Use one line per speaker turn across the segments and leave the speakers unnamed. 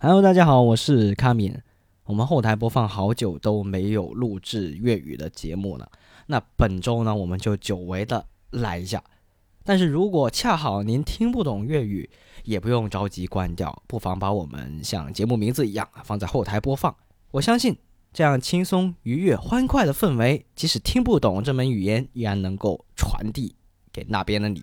Hello，大家好，我是卡敏。我们后台播放好久都没有录制粤语的节目了，那本周呢，我们就久违的来一下。但是如果恰好您听不懂粤语，也不用着急关掉，不妨把我们像节目名字一样放在后台播放。我相信这样轻松、愉悦、欢快的氛围，即使听不懂这门语言，依然能够传递给那边的你。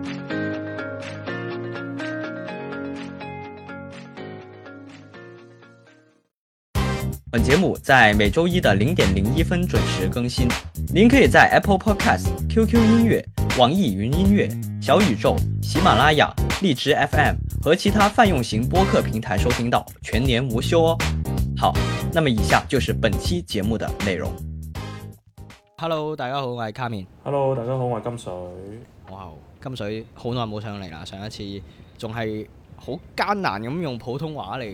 本节目在每周一的零点零一分准时更新，您可以在 Apple Podcast、QQ 音乐、网易云音乐、小宇宙、喜马拉雅、荔枝 FM 和其他泛用型播客平台收听到，全年无休哦。好，那么以下就是本期节目的内容。Hello，大家好，我係卡面。
Hello，大家好，我係金水。
哇！金水好耐冇上嚟啦，上一次仲係好艱難咁用普通話嚟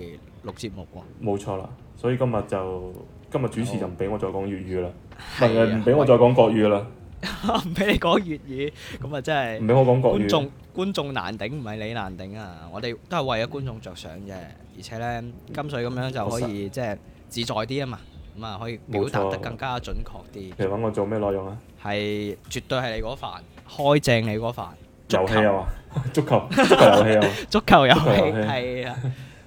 錄節目喎。
冇錯啦，所以今日就今日主持就唔俾我再講粵語啦，唔
係啊
係唔俾我再講國語啦，
唔俾你講粵語，咁啊真
唔
係
俾我嗯講國
觀
語
眾。觀眾難頂，唔係你難頂啊！我哋都係為咗觀眾着想啫，而且呢，金水咁樣就可以即係自在啲啊嘛，咁啊可以表達
冇錯
得更加準確啲，
你揾我做咩內容啊？
係絕對係你嗰飯，開正你嗰飯。足球
遊戲啊嘛， 足球足球遊戲啊嘛，
足球遊戲
足球遊戲
係啊，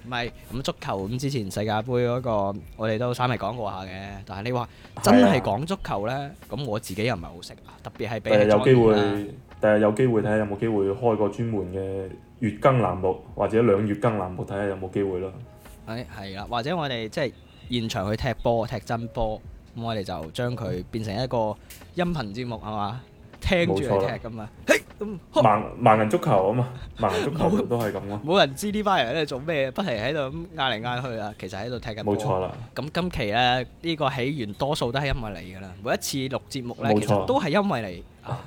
唔係咁足球咁之前世界盃嗰、個，我哋都稍微講過下嘅。但係你話真係講足球咧，咁我自己又唔係好識啊，特別係
第
俾
日
你
有機
join 啦
會，第日有機會睇下有冇機會開個專門嘅月更欄目，或者兩月更欄目睇下有冇機會咯。
係係啦，或者我哋即係現場去踢波、踢真波，咁我哋就將佢變成一個音頻節目係嘛？聽住
冇錯
嚟
啦
踢咁啊，嘿咁呵
盲盲人足球啊嘛，盲人足球都係咁啊，
冇人知呢班人喺度做咩，不停喺度咁嗌嚟嗌去啊，其實喺度踢緊波。
冇錯啦，
咁今期咧呢、個起源多數都係因為你噶啦，每一次錄節目咧，
冇錯
其實都係因 為你。啊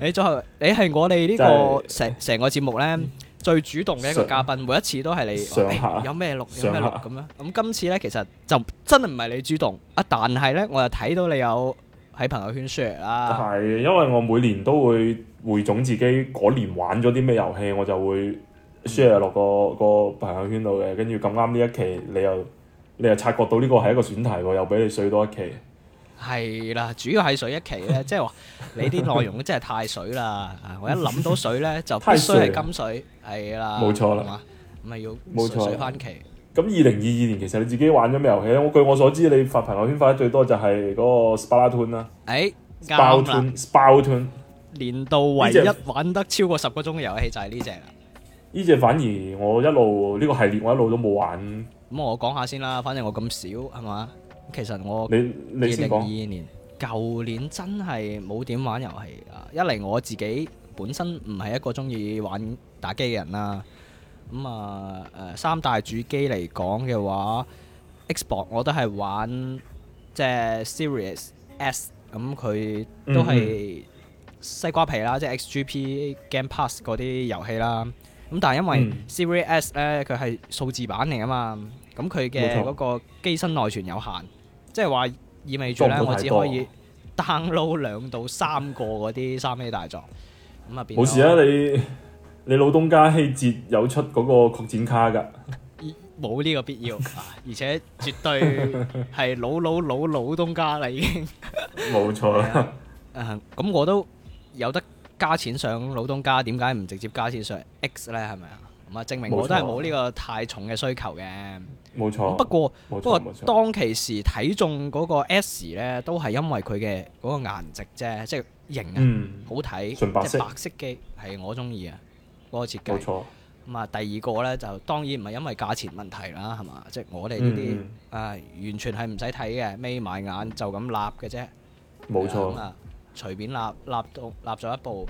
你最後你係我哋呢、個成成個節目咧最主動嘅一個嘉賓，每一次都係你
嗯上
話
客啊
哎有咩錄有
上
咩錄
客
咁樣。咁今次咧其實就真係唔係你主動啊，但係咧我又睇到你有喺朋友圈 share 啦，
係因為我每年都會匯總自己嗰年玩咗啲咩遊戲，我就會 share 落個個朋友圈度嘅。跟住咁啱呢一期你又你又察覺到呢個係一個選題喎，又俾你水多一期。
係啦，主要係水一期 咧，即係話你啲內容真係太水啦！啊我一諗到水咧，就必
太
須
水
係金水，係啦，
冇錯啦
係嘛，咁咪要
冇錯啦
水翻期，
咁二零二二年其實你自己玩咗咩遊戲咧？我據我所知，你發朋友圈發得最多就係嗰個 Splatoon 啦
誒哎啱啦，
，Splatoon，Splatoon
年度唯
呢隻
一玩得超過十個鐘嘅遊戲就係呢只啦。
呢只反而我一路呢個系列我一路都冇玩。
咁我講下先啦，反正我咁少係嘛，其實我
你你先
二
講，
年，舊年真係冇點玩遊戲啊！一嚟我自己本身唔係一個中意玩打機嘅人啦，咁啊誒三大主機嚟講嘅話，Xbox 我都係玩即係 Series S，咁佢都
嗯
係西瓜皮啦，即係 XGP Game Pass 嗰啲遊戲啦。咁但係因為
嗯
Series S 咧，佢係數字版嚟啊嘛，咁佢嘅
冇錯
嗰個機身內存有限，即係話意味住咧，
裝唔到
我
太
只
多
可以 download 兩到三個嗰啲三 A 大作，咁啊變咗
冇事啊！你你老東家希捷有出嗰個擴展卡㗎。
冇呢個必 要啊！而且絕對係老老老老東家啦已經。
冇錯
啊
啦，
誒咁我都有得加錢上老東家，點解唔直接加錢上 X 呢？係咪啊？咁啊，證明我都係冇呢個太重嘅需求嘅。
冇錯。
不過
冇
不
錯
過
冇錯
當其時睇中嗰個 S 呢，都係因為佢嘅嗰個顏值啫，即係型啊，
嗯，
好睇，即
純白色
係白色機係我中意啊，嗰個設
冇
計。
錯，
咁啊，第二個咧就當然唔係因為價錢問題啦，係嘛？即係我哋呢啲
嗯嗯
啊，完全係唔使睇嘅，眯埋眼就咁立嘅啫。
冇
咁
錯，
啊，隨便立立到立咗一步。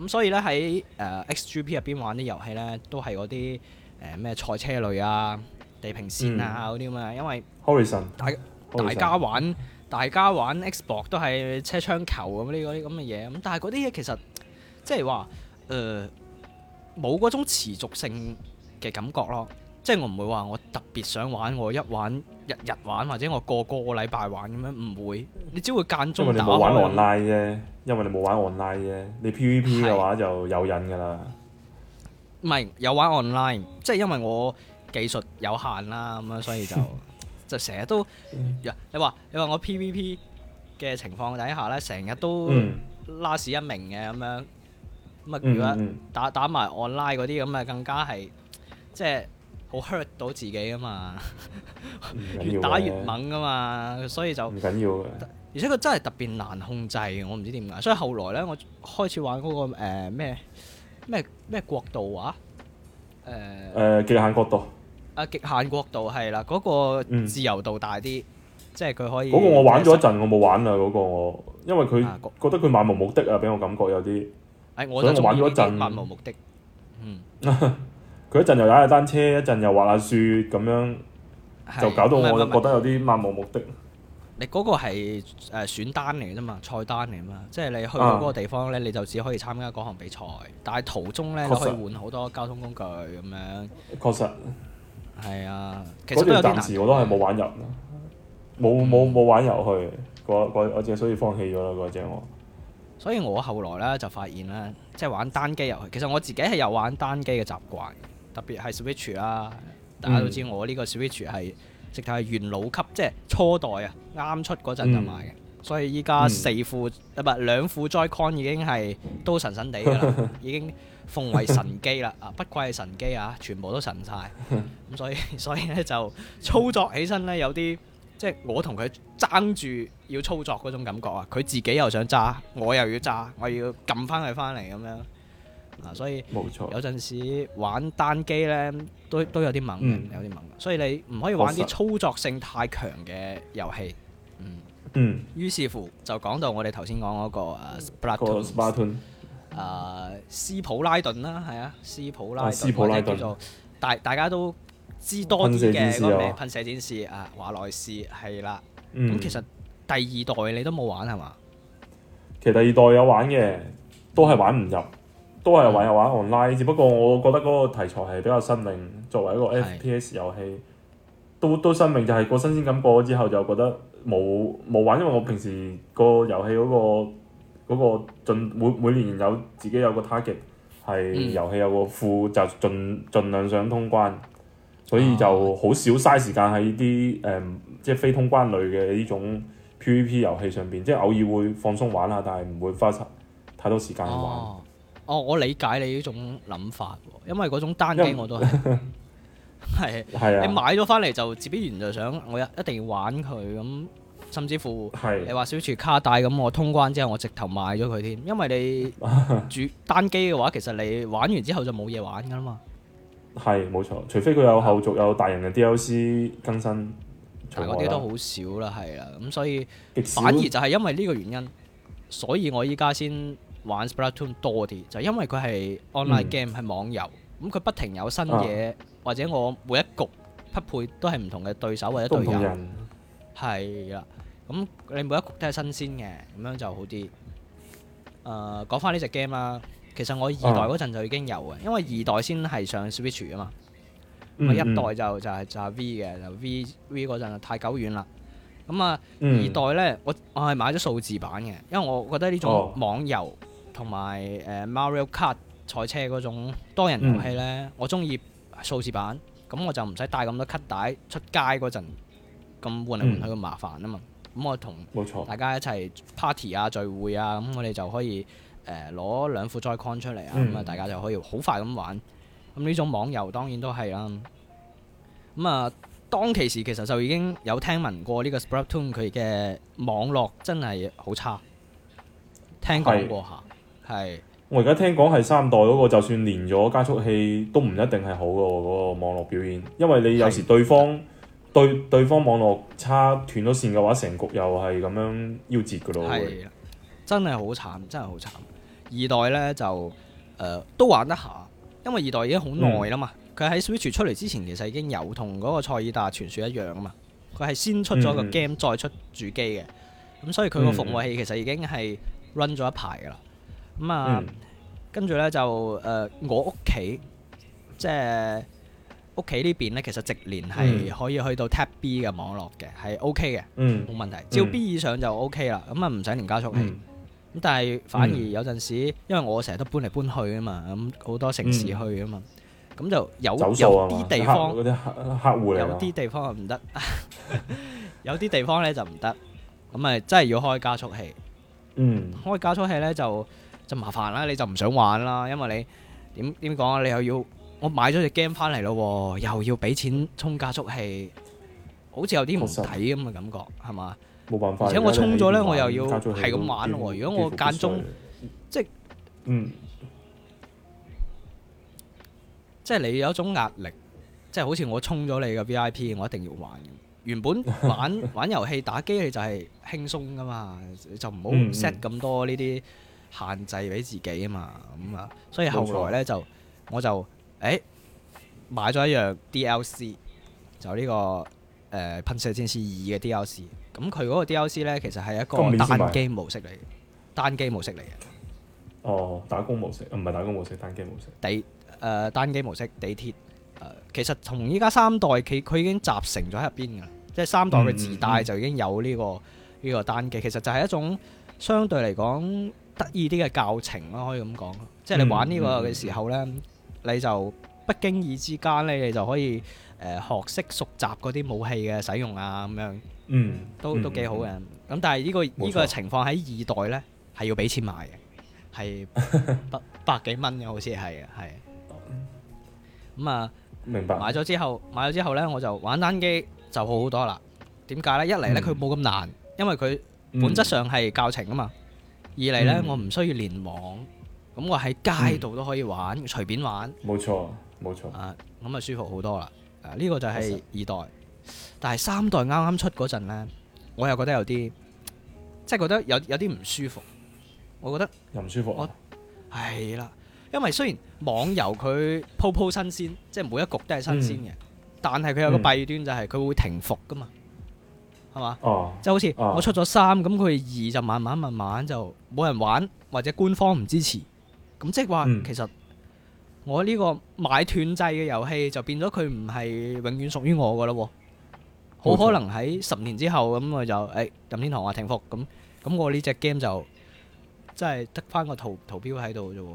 咁所以咧喺誒 XGP 入邊玩啲遊戲咧，都係嗰啲誒咩賽車類啊、地平線啊
嗯
嗰啲咁啊，因為
Horizon，
大大
Horizon
家玩大家玩 Xbox 都係車槍球咁呢嗰啲咁嘅嘢，咁但係嗰啲嘢其實即係話誒冇嗰種持續性嘅感覺咯，即係我唔會話我特別想玩，我一玩日日玩或者我個個禮拜玩咁樣，唔會，你只會間
因為
中
你
打
冇玩
開啊
online 啫，因為你冇玩 online 啫，你 PVP 嘅話就有癮㗎啦。
唔係有玩 online，即係因為我技術有限啦，咁樣所 以就就成日都，你話你話我 PVP 嘅情況底下咧，成日都
嗯，
拉屎一名嘅咁樣，咁啊如
嗯
果
嗯嗯，
打打埋 online 嗰啲咁啊，更加係即係好 hurt 到自己啊嘛，
唔緊
越
要
打
嘅
越，猛啊嘛，所以就
唔緊要嘅。
而且佢真係特別難控制嘅，我唔知點解。所以後來咧，我開始玩嗰、個誒咩咩咩國度話誒。
誒極限角度
啊極限國度係啦，嗰、個
嗯
自由度大啲，即係佢可以。
嗰個我玩咗一陣，我冇玩啦嗰個我，因為佢
哎啊嗰
覺得佢漫無目的啊，俾我感覺有啲。
誒，哎我
所以
就
我
中
玩
意
咗
呢
一陣
啲漫無目的。嗯，
佢一陣又踩下單車，一陣又滑下雪咁樣，
係
就搞到
唔係
我就
唔係
覺得有啲漫無目的。
你嗰個係誒選單嚟嘅啫嘛，菜單嚟嘅嘛，即係你去
啊
到嗰個地方咧，你就只可以參加嗰項比賽，但係途中咧你
確實
可以換好多交通工具咁樣。
確實，
係啊，其實
嗰
都有啲
段
難啊嗯
暫時我都係冇玩入，冇冇冇玩入去。嗰嗰我只所以放棄咗啦，嗰只我。
所以我後來咧就發現咧，即係玩單機遊戲，其實我自己係有玩單機嘅習慣，特別係 Switch 啦。大家都知我呢個 Switch 係直頭係元老級，即係初代啊，啱出嗰陣就買嘅。所以依家
嗯
四副啊唔係兩副 Joy-Con 已經係都神神地㗎 啦，已經奉為神機啦啊！不愧係神機啊，全部都神 晒。咁所以所以咧就操作起身咧有啲即係我同佢爭住要操作嗰種感覺啊，佢自己又想揸，我又要揸，我要撳翻佢翻嚟咁樣啊，所以
冇錯。
有陣時玩單機咧都都有啲猛嘅，
嗯
有啲猛嘅，所以你唔可以玩啲
確
操作性太強嘅遊戲。嗯，
嗯，
於是乎就講到我哋頭先講嗰個啊
個
Splatoon
Spartan
啊斯普拉頓啦，係啊，斯普拉
啊
頓，
斯普拉頓
或者叫做大大家都知多啲
噴射
嘅
戰士
嗰個
啊
咩噴射戰士啊，華萊士係啦。咁、
嗯，
其實第二代你都冇玩係嘛？
其實第二代有玩嘅，都係玩唔入，都係玩玩 online。只不過我覺得嗰個題材係比較新穎，作為一個
係
FPS 遊戲，都都新穎，就係個新鮮感過咗之後就覺得冇冇玩，因為我平時個遊戲嗰、個嗰、個進每每年有自己有個 target 係
嗯
遊戲有個庫就盡盡量想通關，所
哦
以就好少嘥時間喺啲誒即係非通關類嘅呢種。PVP 遊戲上邊，即係偶爾會放鬆玩下，但係唔會花太多時間去玩。
哦，哦，我理解你呢種諗法喎，因為嗰種單機
因為
我都 係 係
係
你
啊，
買咗翻嚟就自必然就想我一一定要玩佢咁，甚至乎你
係
話小廚卡帶咁，我通關之後我直頭賣咗佢添，因 為你主單機嘅話，其實你玩完之後就冇嘢玩噶啦嘛。
係冇錯，除非佢有後續有大型嘅 DLC 更新，除
但
外
係嗰啲都
啦，
好少啦，係啦，咁所以
極少
反而就係因為呢個原因，所以我依家先玩 Splatoon 多啲，就因為佢係 online
嗯啊
game 係網遊，咁佢不停有新嘢，或者我每一局匹配都係唔同嘅對手或者
都唔
隊
同
友，
人。
係啦，咁你每一局都係新鮮嘅，咁樣就好啲。誒、講翻呢只 game 啦，其實我二代
啊
嗰陣就已經有嘅，因為二代先係上 Switch 啊嘛。咁啊
嗯
一
嗯
代就就係就係 V 嘅，就 V V 嗰陣就太久遠啦。咁啊，
嗯
二代咧，我我係買咗數字版嘅，因為我覺得呢
哦
種網遊同埋誒 Mario Kart 賽車嗰種多人遊戲
嗯
咧，我中意數字版，咁我就唔使帶咁多 cut 帶出街嗰陣咁換嚟
嗯
換去咁麻煩啊嘛。咁我同
冇錯，
大家一齊 party 啊、聚會啊，咁我哋就可以誒攞、兩副 Joy-Con 出嚟啊，咁
嗯
啊、大家就可以好快咁玩。咁呢種網遊當然都係啦。咁啊，當其時其實就已經有聽聞過呢個 Splatoon 佢嘅網絡真係好差，聽講過下，係
我而家聽講係三代嗰個，就算連咗加速器都唔一定係好嘅喎，嗰、個網絡表現，因為你有時對方對對方網絡差斷咗線嘅話，成局又係咁樣夭折嘅咯。會
係啦真係好慘，真係好慘。二代呢就誒、呃都玩得下，因為二代已經好
嗯
耐啦嘛。佢喺 Switch 出嚟之前，其實已經有同嗰個《塞爾達傳說》一樣啊嘛。佢係先出咗個
嗯嗯
game 再出主機嘅，咁所以佢個服務器其實已經係 run 咗一排噶啦。咁啊，
嗯
跟住呢就誒、呃我屋企即係屋企呢邊咧，其實直連係可以去到 Tab B 嘅網絡嘅，係 OK 嘅，
嗯
冇問題。照 B 以上就 OK 啦，咁啊唔使連加速器。
嗯
咁但係反而
嗯
有陣時，因為我成日都搬嚟搬去啊嘛，咁好多城市去啊嘛，咁就有
走數
有
啊嘛，
啲地方
客 嗰啲客客户嚟啊㗎
有啲地方唔得， 有啲地方咧就唔得，咁啊真係要開加速器。
嗯
開加速器咧就就麻煩啦，你就唔想玩啦，因為你點點講啊，你又要我買咗只 game 翻嚟咯喎，又要俾錢充加速器，好似有啲唔抵咁嘅感覺，係嘛？
冇辦法。
而且我充咗呢
而家你
我又要
加咗佢
係咁玩喎
幾
如果我
幾乎必
間中
須
即係
嗯
即係你有一種壓力，即係好似我充咗你嘅 VIP，我一定要玩。原 本玩玩遊戲打機你就係輕鬆噶嘛，就唔好
嗯嗯
set 咁多呢啲限制俾自己啊嘛，咁啊，所以
冇
後
錯
來呢，就我就誒、欸、買咗一樣 DLC，就呢、個誒、呃、噴射戰士二嘅 DLC。咁佢嗰個 DLC 呢，其實係
今
一
年
個
先買
單機模式嚟嘅，單機模式嚟嘅。
哦打工模式，唔係打工模式，單機模式。
地誒、呃、單機模式地鐵誒、呃其實同依家三代佢佢已經集成咗喺入邊㗎啦，即係三代嘅自帶就已經有呢、個呢、個單機，其實就係一種相對嚟講得意啲嘅教程咯，可以咁講。即係你玩呢個嘅時候呢，你就不經意之間呢，你就可以誒、呃、學識熟習嗰啲武器嘅使用啊，咁樣
嗯，
都都
嗯
幾好嘅。。咁但係呢、個呢
冇
個
錯
情況喺二代呢，係要俾錢買嘅， 係百百幾蚊嘅，好似係啊，係。
哦
咁啊，
明白。
買咗之後，買咗之後呢，我就玩單機就好好多啦。點解呢？一嚟呢，佢冇咁難，因為佢
嗯
本質上係教程啊嘛。二嚟呢，
嗯
我唔需要連網，咁我喺街度都可以玩，隨便玩
冇錯冇錯。
啊，咁啊舒服好多啦。啊，呢個就
確
係二代，但係三代啱啱出嗰陣呢，我又覺得有啲，即係覺得有有啲唔舒服。我覺得
又唔舒服啊。
係啦，因為雖然網遊佢鋪鋪新鮮，即係每一局都係新鮮嘅，但係佢有個弊端就係佢會停服噶嘛，係嘛？
哦，
即係好似
啊
我出咗三，咁佢二就慢慢慢慢就冇人玩，或者官方唔支持，咁即係話
嗯
其實我呢個買斷制嘅遊戲就變咗佢唔係永遠屬於我噶咯喎。好
冇錯
可能喺十年之後咁我就誒、哎、任天堂話停服咁，咁我呢只 game 就真係得翻個圖圖標喺度啫喎。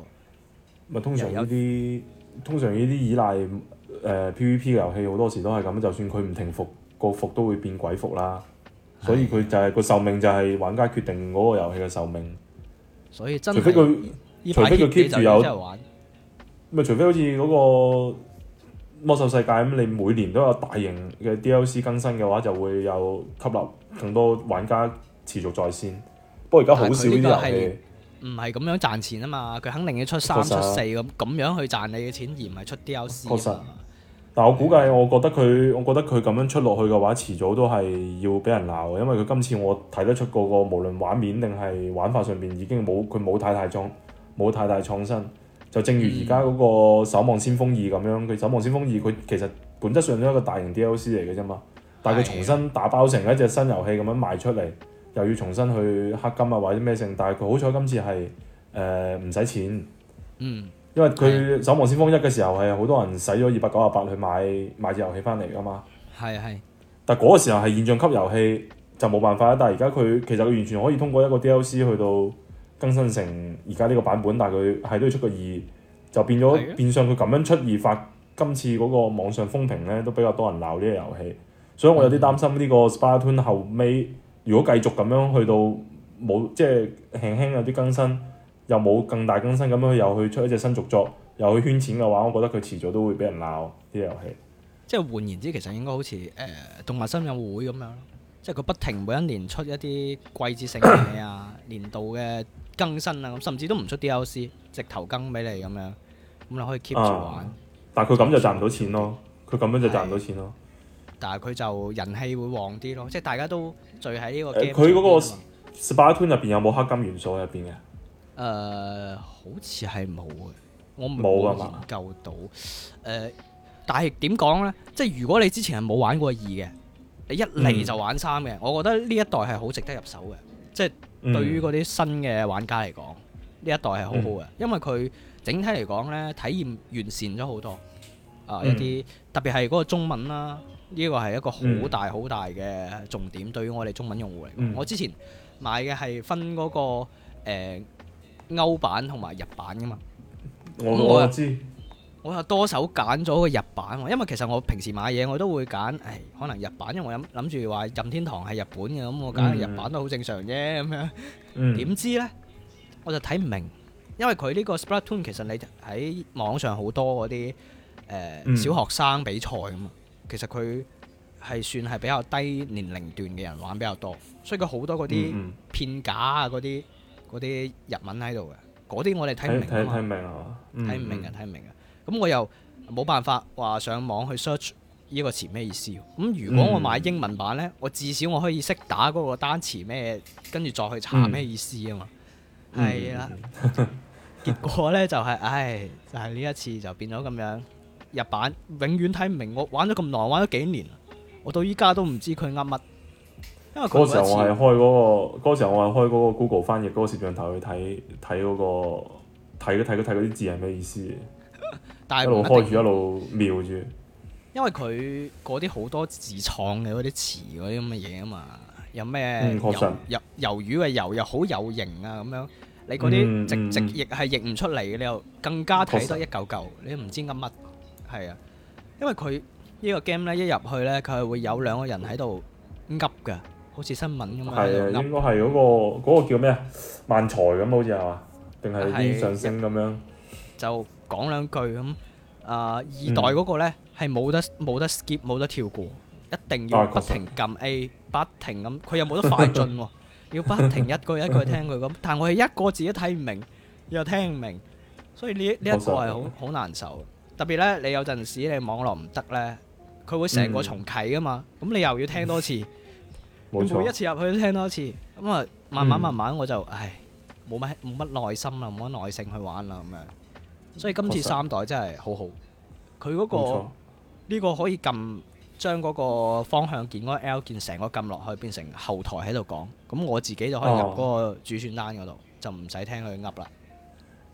咪通常
又有
呢啲通常呢啲依賴誒、呃 PVP 嘅遊戲好多時都係咁，就算佢唔停服，個服都會變鬼服啦。所以佢就係、個壽命就係玩家決定嗰個遊戲嘅壽命。
所以真
除非佢
係呢排
除非佢
hit 你
keep
就
住
要
有
真係玩，
咪啊除非好似嗰個魔獸世界咁，你每年都有大型嘅 DLC 更新嘅話，就會有吸納更多玩家持續在線。不過而家好少呢
但係佢呢
啲
個
遊
係
戲，
唔係咁樣賺錢啊嘛。佢肯定要出三
確
出
實
四咁咁樣去賺你嘅錢，而唔係出 DLC
確
啊嘛。
但我估計，我覺得佢，我覺得佢咁樣出落去嘅話，遲早都係要俾人鬧嘅，因為佢今次我睇得出個個無論畫面定係玩法上邊已經冇佢冇太大創冇太大創新，就正如而家嗰個《守望先鋒二》咁樣，佢《守望先鋒二》佢其實本質上都係一個大型 DLC 嚟嘅啫嘛，但係佢重新打包成一隻新遊戲咁樣賣出嚟，又要重新去黑金啊或者咩性，但係佢好彩今次係誒呃唔使錢。
嗯，
因為佢《守望先鋒一》嘅時候係好多人使咗二百九十八去買買隻遊戲翻嚟噶嘛，
係係
但嗰個時候係現象級遊戲就冇辦法啦。但係而家佢其實佢完全可以通過一個 DLC 去到更新成而家呢個版本，但係佢係都要出個二，就變
係啊
咗變相佢咁樣出二發，今次嗰個網上風評咧都比較多人鬧呢個遊戲，所以我有啲擔心呢個 Splatoon 後尾如果繼續咁樣去到冇即係輕輕有啲更新，又冇更大更新咁樣又去出一隻新續作，又去圈錢嘅話，我覺得佢遲早都會俾人鬧呢個遊戲。
即係換言之，其實應該好似誒、呃、動物森友會咁樣咯，即係佢不停每一年出一啲季節性嘅嘢 啊、年度嘅更新啊，咁甚至都唔出 DLC，直頭更俾你咁樣，咁你可以 keep 住玩。
啊但係佢咁就賺唔到錢咯，佢咁樣就賺唔到錢咯。
但係佢就人氣會旺啲咯，即係大家都聚喺呢個
誒
game
呃佢嗰個
上邊啊嘛
Splatoon 入邊有冇黑金元素喺入邊嘅？
誒、呃好似係冇嘅，我
冇
冇
啊
研
嘛
究到。誒、但係點講呢？即係如果你之前係冇玩過二嘅，你一嚟
嗯
就玩三嘅，我覺得呢一代係好值得入手嘅。即係
嗯
對於嗰啲新嘅玩家嚟講，呢
嗯
一代係好好嘅，因為佢整體嚟講呢，體驗完善咗好多。啊一
嗯
啲特別係嗰個中文啦，呢個係一個好
嗯
大好大嘅重點，對於我哋中文用戶嚟講，
嗯
我之前買嘅係分嗰個誒歐版同埋日版噶嘛。
我
咁
我
我
知，
我又多手揀咗個日版喎，因為其實我平時買嘢我都會揀，誒可能日版，因為我諗諗住話任天堂係日本嘅，咁我揀日版都好正常啫咁樣。
嗯，
點知呢？我就睇唔明，因為佢呢個 Splatoon 其實你喺網上好多嗰啲
嗯
誒小學生比賽咁嘛，其實佢係算係比較低年齡段嘅人玩比較多，所以佢好多嗰啲
嗯
片假啊嗰啲嗰啲日文喺度嘅，嗰啲我哋
嗯
睇唔
睇
明啊
睇
嘛
睇唔明啊，
睇唔明嘅，睇唔明嘅。咁我又冇辦法話上網去 search 呢個詞咩意思喎。咁如
嗯
果我買英文版呢，我至少我可以識打嗰個單詞咩，跟住再去查咩意思啊嘛。
嗯
係啦， 結果呢就係、唉，就係、呢一次就變咗咁樣。日版永遠睇唔明，我玩咗咁耐，玩咗幾年，我到依家都唔知佢噏乜，因為佢
嗰個時
每一
候
次
我係開嗰、個，嗰個時候我係開嗰個 Google 翻譯嗰個攝像頭去睇睇嗰個睇睇睇嗰啲字係咩意思，一
但係唔
路
一定
開住一路瞄住。
因為佢嗰啲好多自創嘅嗰啲詞嗰啲咁嘅嘢啊嘛，有咩
嗯確實
魷魷魷魚嘅魷又好有型啊咁樣，你嗰啲
嗯
直
嗯
直
嗯
譯係譯唔出嚟嘅，你又更加睇
確實
得一嚿嚿，你都唔知噏乜係啊，因為佢呢個 game 咧一入去咧，佢係會有兩個人喺度噏㗎，好似新聞咁樣
係啊，
喺度噏
應該係嗰、個嗰、個叫咩啊？萬財咁好似係嘛？定係啲
係
上升咁樣？
就講兩句咁。啊、二代嗰個咧係冇得冇得 skip 冇得跳過，一定要
啊
不
確實
停撳 A，不停咁，佢又冇得快進喎、要不停一句一句聽佢咁。但我係一個字都睇唔明，又聽唔明，所以呢呢一個
確實
係好好難受。特別咧，你有陣時你網絡唔得咧，佢會成個
嗯
重啟噶嘛，咁、你又要聽多次。
冇
每一
錯，
次入去都聽多次，咁啊慢慢
嗯
慢慢我就唉冇乜冇乜耐心啦，冇乜耐性去玩啦咁樣。所以今次
確實
三代真係好好，佢嗰、
冇錯
個。呢個可以撳將嗰個方向鍵嗰個 L 鍵成個撳落去，變成後台喺度講。咁我自己就可以入嗰
哦
個主選單嗰度，就唔使聽佢噏啦。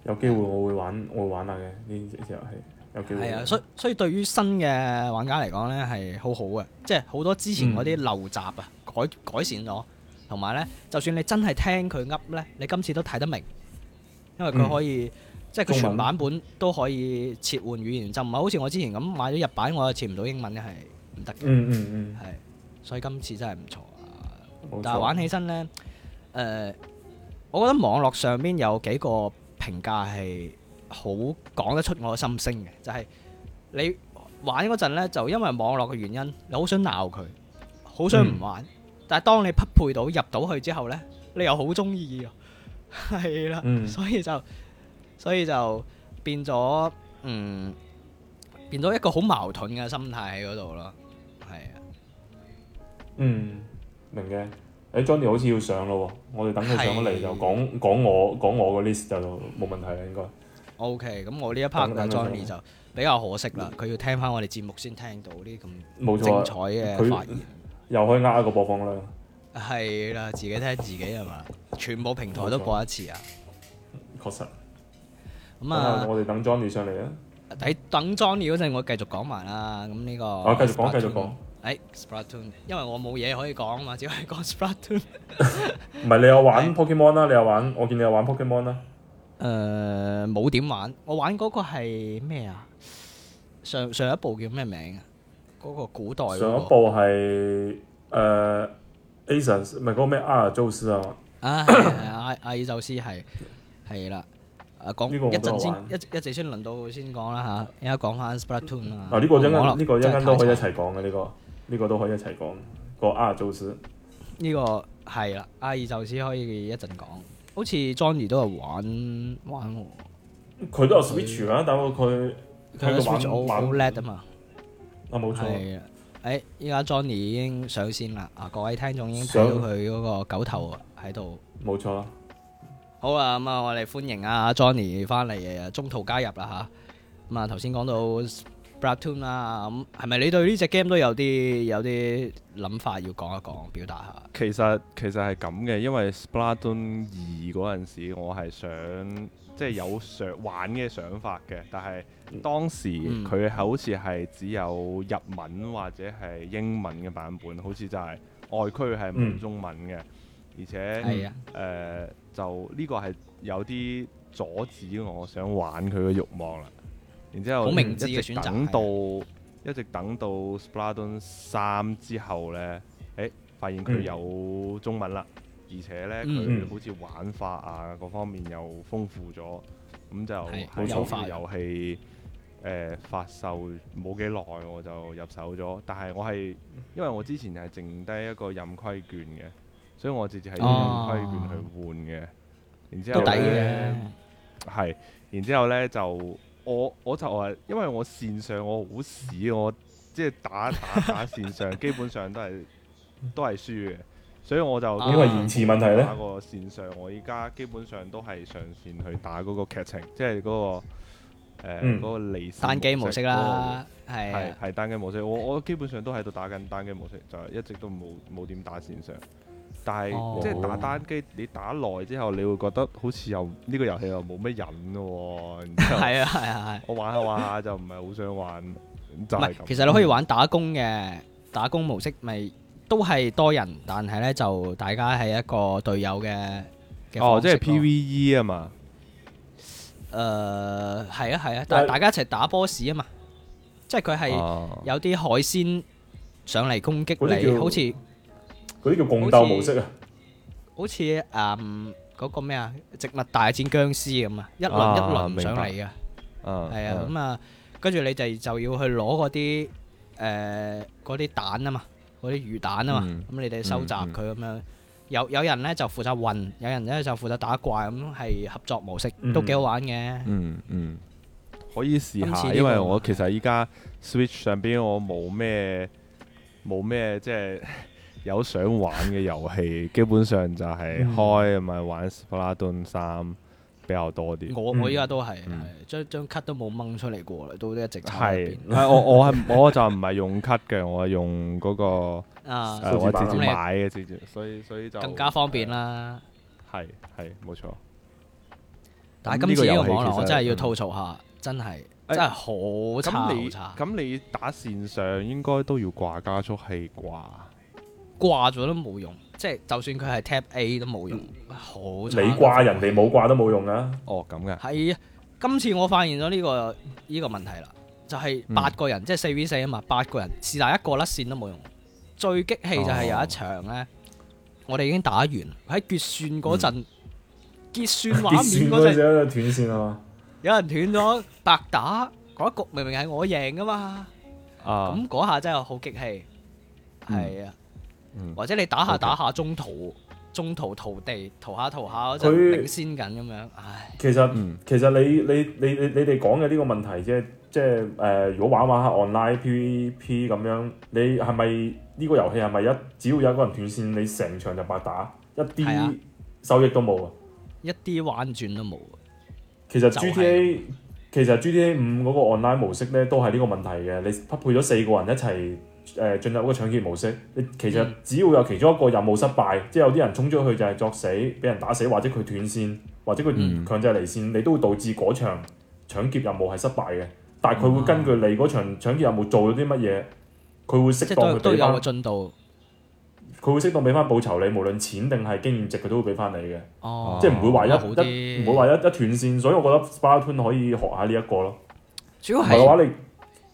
有機會我會玩，我會玩下嘅呢隻遊戲，有機會。
係啊，所以所以對於新嘅玩家嚟講呢，係好好嘅，即係好多之前嗰啲陋習啊，改改善咗，同埋呢，就算你真係聽佢噏呢，你今次都睇得明，因為佢
嗯
可以、即係佢
中
全
文
版本都可以切換語言，就唔係好似我之前咁買咗日版，我又切唔到英文嘅係唔得嘅，
嗯嗯
係、所以今次真係唔錯啊！
嗯，冇錯
但係玩起身呢，誒、我覺得網絡上邊有幾個評價係好講得出我嘅心聲嘅，就係、你玩嗰陣呢，就因為網絡嘅原因，你好想鬧佢，好想
嗯
唔玩。但係當你匹配到入到去之後呢，你又好中意喎， 係啦，
嗯
所以就所以就變咗嗯變咗一個好矛盾嘅心態喺嗰度咯，係啊。
嗯，明嘅。誒 Johnny 好似要上咯喎，我哋等佢上咗嚟
係
就講講我講我個 list 就冇問題啦，應該。
O K，咁我呢一 part
等
嘅
等等
Johnny 就比較可惜啦，佢要聽翻我哋節目先聽到呢啲咁
冇錯
精
啊，
彩嘅
佢
發言。
又可以呃一個播放量。
係啦，自己聽自己係嘛？全部平台都
冇錯
播一次啊！
確實。
咁
等下
啊，
我哋等 Johnny 上嚟啊！
喺等 Johnny 嗰陣，我繼續講埋啦。咁呢個
啊，繼續講，
Splatoon
繼續講。。
誒，Splatoon，因為我冇嘢可以講啊嘛，只可以講 Splatoon。
唔係你有玩 Pokemon 啊啦，你有玩，我見你有玩 Pokemon 啊啦。
誒，呃冇點玩，我玩嗰個係咩啊？上上一部叫咩名啊？嗰個古代嗰
上一
個
部係誒 Asus，唔係嗰個咩阿爾宙斯啊嘛。
啊，係係係阿阿爾宙斯係係啦。啊，講
呢個我
一
都有
陣先
玩，
一一陣先輪到先講啦吓，而家講翻 Splatoon 啦。
啊！呢、個一間
網絡
呢個一
真係
間都
太
可以一
慘
齊講嘅呢個，呢、個都可以一齊講。個阿祖斯
呢個係啦，阿爾宙斯可以一陣講。好似 Johnny 都有玩玩喎，
佢都有 Switch 啊，但係佢
嗯佢
喺
嘅
度玩
Switch 好
玩
好叻啊嘛。
啊冇錯，
係啊，誒依家 Johnny 已經上線啦，啊各位聽眾已經睇到
上
佢嗰個狗頭喺度。
冇錯，
啊好啊，咁啊，我哋歡迎啊 Johnny 翻嚟誒中途加入啦吓。咁啊，頭先講到 Splatoon 啦，咁係咪你對呢只 game 都有啲有啲諗法要講一講，表達下？
其實其實係咁嘅，因為 Splatoon 二嗰陣時，我係想即係有想玩嘅想法嘅，但係當時
嗯
佢好似係只有日文或者係英文嘅版本，好似就係外區係冇
嗯
中文嘅，而
係
且
啊
誒、呃就呢個係有啲阻止我想玩佢嘅慾望啦。然之後
好明智嘅
一直
選擇啊
等到一直等到 Splatoon 三之後呢，誒發現佢
嗯
有中文啦，而且呢，
嗯
佢好似玩法啊各方面又豐富咗，咁就
係
喺
優
化
呢個遊戲誒、呃發售冇幾耐我就入手咗，但係我係因為我之前係剩低一個任規券嘅，所以我直接係用
哦
任規券去換嘅，然之
都
後
抵嘅
呢。係，然之後呢，就我我就係因為我線上我好屎，我即係打打打 線上，基本上都係都係輸嘅，所以我就
啊
因為延遲問題
打
咧，
個線上，我依家基本上都係上線去打嗰個劇情，即係嗰、個誒
嗯
嗰個離線
單機模式
嗰個
啦，係
係
啊
係單機模式，我我基本上都喺度打緊單機模式，就係一直都冇冇點打線上。但係、
哦
即係打單機，你打耐之後，你會覺得好似又呢、個遊戲又冇乜癮咯喎。然之後
係啊係啊係。
我玩下玩下就唔係好想玩，就
唔
係
係
咁。，
其實你可以玩打工嘅，打工模式咪都係多人，但係呢就大家係一個隊友嘅嘅
哦，
方
即係
式咯
PVE 啊嘛。
誒係啊係啊，但
但
係大家一齊打 boss 啊嘛，即係佢係
哦
有啲海鮮上嚟攻擊
嗰啲
你，
叫
好似
嗰啲叫共鬥模式啊。
好似誒嗰個咩啊，植物大戰僵屍咁啊，一輪
啊
一輪上
明
嚟
白
嘅，
啊
係啊，咁啊，跟住你哋就要去攞嗰啲誒嗰啲蛋啊嘛，嗰啲魚蛋啊嘛
嗯，
咁你哋收集
嗯嗯
佢咁樣。有有人咧就負責運，有人咧就負責打怪，咁係合作模式，都幾好玩嘅。
嗯嗯，可以試
今次呢
下，
個
因為我其實依家 Switch 上邊我冇咩冇咩即係 有想玩嘅遊戲，基本上就係
嗯
開咪玩 Splatoon 三比較多啲。
我
嗯
我依家都係
嗯
係張張 cut 都冇掹出嚟過啦，都一直插喺
係
入，
啊我我係我就唔係用 cut 嘅，我係用嗰個
邊啊，
誒我直
咁
接
你
買嘅直接，所以所以就
更加方便。啦。
係係冇錯。
但
咁
係今次呢
呢
個
個遊戲
網絡
其實
我真係要
嗯
吐槽下，真係
誒
真係好差
咁
好
你
差，
咁你打線上應該都要掛加速器啩？
掛咗都冇用，即係就算佢係 tap A 都冇用，
嗯
好
你
差。
掛人哋冇掛都冇用啊！
哦咁嘅。
係啊，今次我發現咗呢、個呢、個問題啦，就係、
嗯
八個人，即係四 v 四啊嘛，八個人是但一個甩線都冇用。最激氣就係有一場呢，我哋已經打完喺結算嗰陣，
嗯
結算
結
畫
算
面嗰
嗰
陣，
陣斷線啊嘛，
有人斷咗白打，嗰一局明明係我贏噶嘛，
啊，
咁嗰下真係好激氣。係啊，
嗯
或者你打下
OK
打下中途。中途逃地，逃下逃下嗰陣
佢
領先緊咁樣，唉，
其實。
嗯
其實你你你你你哋講嘅呢個問題，即係即係誒、呃如果玩玩下 online PVP 咁樣，你係咪呢個遊戲係咪一只要有一個人斷線，你成場就白打，一
係啊
啲收益都冇啊？
一啲彎轉都冇。
其實
就係
GTA 其實 GTA 五嗰個 online 模式咧，都係呢個問題嘅。你匹配咗四個人一齊誒、呃、進入嗰個搶劫模式，你其實
嗯
只要有其中一個任務失敗，即係有啲人衝咗去就係作死，俾人打死，或者佢斷線，或者
嗯
佢強制離線，你都會導致嗰場搶劫任務係失敗嘅。但係佢
嗯
會根據你嗰場搶劫任務做咗啲乜嘢，佢會
即
適
係都
當
有
去
都
俾
有
翻
個，進度。
佢會適當俾翻報酬你，無論錢定係經驗值，佢都會俾翻你嘅。
哦，
即係唔會話一
咁好
一
啲
唔會話一一斷線，所以我覺得 Splatoon 可以學下呢一個咯。
主要
唔係嘅
係
話，你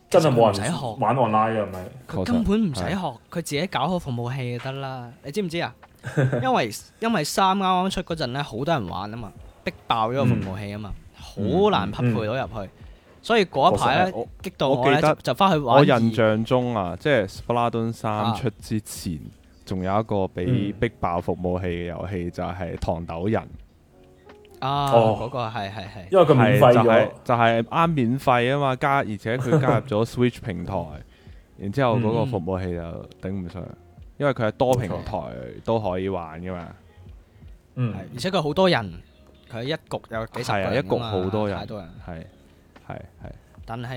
真係冇
其實唔使學
人玩 online 嘅，唔係？
佢
確實
根本唔使學，佢自己搞好服務器就得啦。你知唔知 啊？因為因為三啱啱出嗰陣咧，好多人玩啊嘛，逼爆咗個服務器啊嘛，好難匹配到入去，所以嗰一排咧
嗯我
激到我
我
咧
記得
就就翻去玩
我印
二。
象中啊，即係 Splatoon
啊
三出之前，仲有一個俾
嗯
逼爆服務器嘅遊戲，就係糖豆人，
啊，
哦
嗰個係係係
因為佢免費
係就係
咗，
就係啱免費啊嘛，加而且佢加 入咗 Switch 平台，然之後嗰個
嗯
服務器就頂唔上，因為佢係多平台都可以玩噶嘛。
嗯
係，，而且佢好多人，佢一局有幾十個
係啊，一
人
局
啊嘛
好多人，
太多人。
係係係，
但係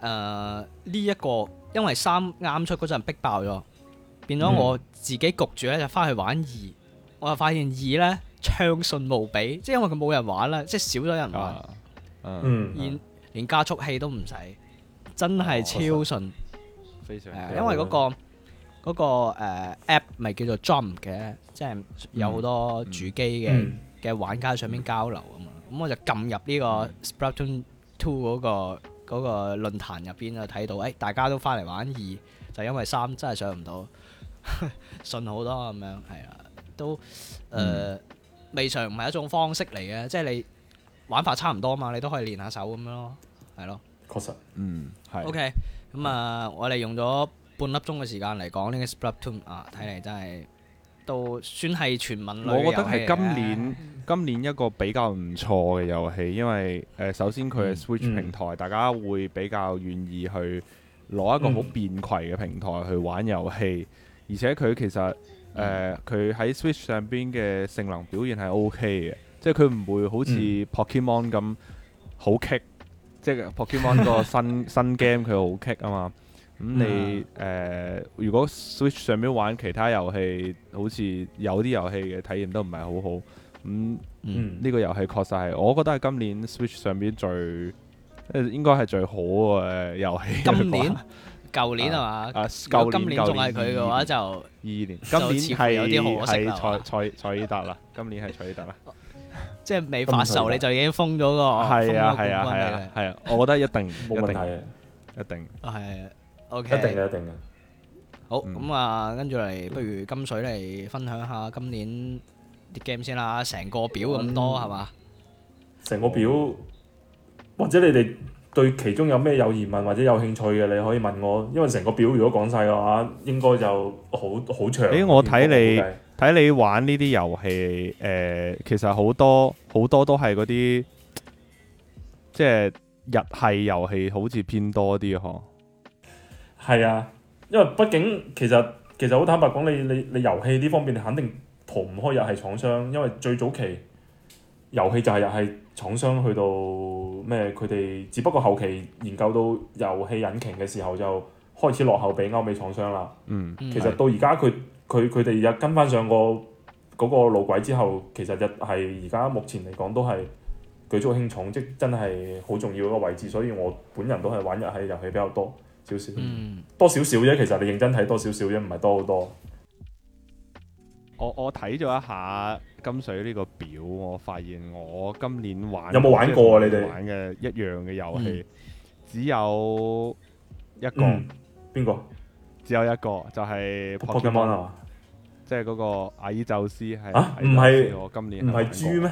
誒呢一個，因為三啱出嗰陣逼爆咗，變
嗯
咗我自己焗住咧就翻去玩二，我就發現二咧暢順無比，即係因為佢冇人玩啦，即係少咗人玩，
啊，嗯，
嗯，
連連加速器都唔使，真係超
哦
順。
非常
係啊
之
因為嗰、個嗰、個、呃 app 咪叫做 Jump 嘅，即係有好多主機嘅。
嗯
嘅玩家上面交流啊嘛，咁我就撳入呢
嗯
個 Splatoon Two 嗰、個嗰、個論壇入邊就睇到，誒、大家都翻嚟玩二，就因為三真係上唔到， 信好多咁樣，係啊，都誒、
嗯
呃未嘗唔係一種方式嚟嘅，即係你玩法差唔多嘛，你都可以練下手咁樣咯，係咯。
確實，
嗯係嗯
OK，咁啊，我哋用咗半粒鐘嘅時間嚟講呢個 Splatoon 啊，睇嚟真係都算係全民類嘅
我
遊
覺得
戲啊嚟
係
嘅
今年今年一個比較唔錯嘅遊戲，因為誒、呃首先佢嘅 Switch
嗯
平台，大家會比較願意去攞一個好
嗯
便攜嘅平台去玩遊戲，而且佢其實
嗯
誒佢喺 Switch 上邊嘅性能表現係 OK 嘅，即係佢唔會好似
嗯
Pokemon 咁好棘，即係 Pokemon 個新新 game 佢好棘啊嘛。咁你誒、
嗯
呃如果 Switch 上面玩其他遊戲，好似有啲遊戲嘅體驗都唔係好好。咁、
嗯，
呢個遊戲確實係，我覺得係今年 Switch 上邊最誒應該係最好嘅遊戲。
今年、舊年係嘛？
啊，
如
舊
果今
年
年仲係
係
佢嘅話，就
二年，今
就
年
似乎
係
有啲可惜啦
係蔡蔡蔡爾達啦，今年係蔡爾達啦。
即係未發售，你就已經封咗個
係啊
係
係啊係啊係啊，我覺得一定
冇問
一
題
定
嘅，
一定。
哦係啊 OK，
一定嘅，一定嘅。
好
嗯
咁啊，跟住嚟，不如金水嚟分享下今年啲 game 先啦，成個表咁
嗯
多係嘛？
成個表，或者你哋對其中有咩有疑問或者有興趣嘅，你可以問我，因為成個表如果講晒嘅話，應該就好好長。
咦我睇你
我估計
睇你玩呢啲遊戲，誒、其實好多好多都係嗰啲，即係日系遊戲，好似偏多啲嗬。
係啊，因為畢竟其實其實好坦白講，你你你遊戲呢方面，你肯定逃唔開日系廠商，因為最早期遊戲就係日系廠商去到咩，佢哋只不過後期研究到遊戲引擎嘅時候，就開始落後俾歐美廠商啦。
嗯，
嗯
其實到而家佢佢佢哋又跟翻上個嗰個路軌之後，其實日係而家目前嚟講都係舉足輕重，即真係好重要一個位置。所以我本人都係玩日系遊戲比較多少少，
嗯，
多少少啫。其實你認真睇多少少啫，唔係多好多。
我我睇咗一下金水呢個表，我發現我今年玩
有冇玩過啊
即係同
你哋
玩嘅一樣嘅遊戲，只有一個，
嗯，邊個
只有一個就係
Pokemon 啊？嘛？
即係嗰個阿爾宙斯
啊
係阿爾宙斯
唔係
我今年
唔係豬咩？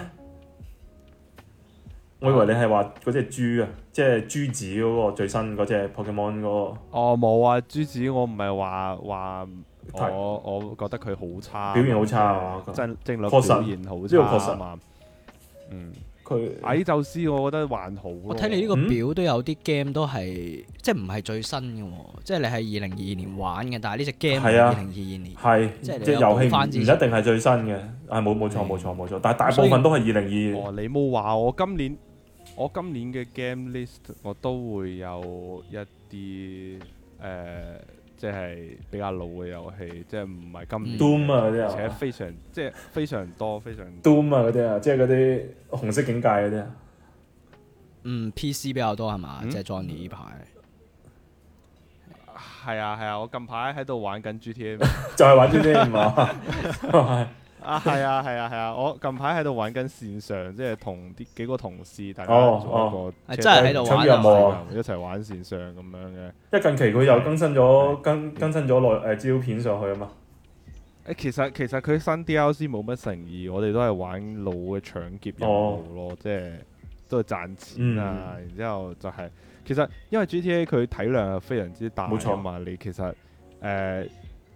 我以為你係話嗰只豬啊，即係豬子嗰個最新嗰只 Pokemon 嗰個
哦，冇啊，朱子，我唔係話話
太
我，我覺得佢好差，
表現好差
嗯
啊！
真正率表
確實
現好
呢個確
差啊
實
嘛。嗯，
佢
矮宙斯我覺得還好咯。
我睇你呢個
嗯
表都有啲 game 都係即係唔係最新嘅喎，即係你係二零二二年玩嘅，但係呢只 game 係
係啊
二零二二年。
係，
即
即
係你
係
有
遊戲
補
唔
翻
唔
之
一
前
定係最新嘅，係冇冇錯
嗯
冇錯冇錯，但係大
所以
部分都係二零二
哦，你冇話我今年我今年嘅 game list 我都會有一啲誒、呃即係比較老嘅遊戲，即係唔係今年
嗯
嘅
Doom 啊嗰啲啊
而且非常即係非常多非常
Doom 啊嗰啲啊，即係嗰啲紅色警戒嗰啲啊，
嗯，PC 比較多係嘛？
嗯
即係 Johnny 呢排。
係啊係啊！我近排喺度玩緊 GTA
就係玩呢啲嘛，係
啊，係啊，係啊，係啊！我近排喺度玩緊線上，即係同啲幾個同事大家
哦
做
哦
一個，
真係喺度玩啊
嘛
一齊玩線上咁樣嘅。
因為近期佢又更新咗更更新咗內誒資料片上去啊嘛，
誒，其實其實佢新 DLC 冇乜誠意，我哋都係玩老嘅搶劫任
哦
務咯，即係都係賺錢
嗯
啊。然之後就係其實因為 GTA 佢體量係非常之大
冇錯
啊嘛，你其實誒。呃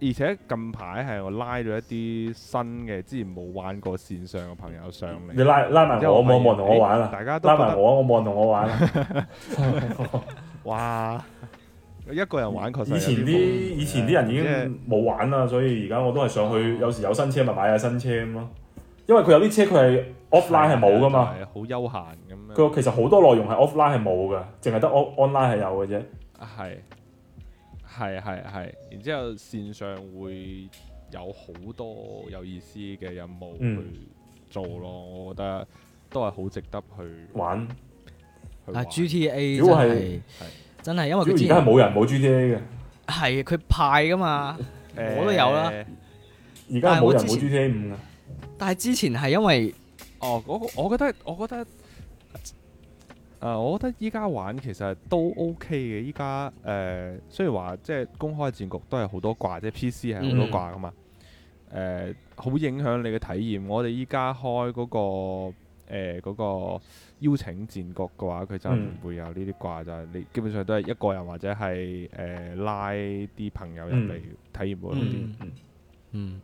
而且近排係我拉咗一啲新嘅，之前冇玩過線上嘅朋友上嚟
你，拉拉埋我，我冇冇人同我玩
誒
啊，
大家都
拉
覺
埋
得
我，我冇人同我玩 啊。
哇！一個人玩確實
以前
有
啲
啲
以前啲人已經冇玩啦，所以而家我都係上去，有時有新車咪買下新車咁咯，因為佢有啲車佢係
啊
offline 係冇噶嘛，，
好休閒咁樣。
佢其實好多內容係 offline 係冇嘅，淨係得 on- online 係有嘅啫。
係係係係，然之後線上會有好多有意思嘅任務
嗯
去做咯，我覺得都係好值得去
玩
去
啊
玩。
，GTA
主
真
要係
係真係，因為
主
佢
要
之
而家係
前
冇人冇 GTA 嘅，
係佢派噶嘛， 我都有啦。
誒
而
但
家係冇人
係我
冇
之
GTA 五嘅。
但係之前係因為
哦，嗰個我覺得，我覺得，誒、啊我覺得依家玩其實都 OK 嘅。依家誒，雖然話即係公開戰局都係好多掛，即係 PC 係好多
嗯
掛噶嘛。誒、好影響你嘅體驗。我哋依家開嗰、個呃誒嗰、個邀請戰局嘅話，佢就唔
嗯
會有呢啲掛，就係你基本上都係一個人或者係誒、拉啲朋友入嚟
嗯
體驗會好啲。
嗯嗯，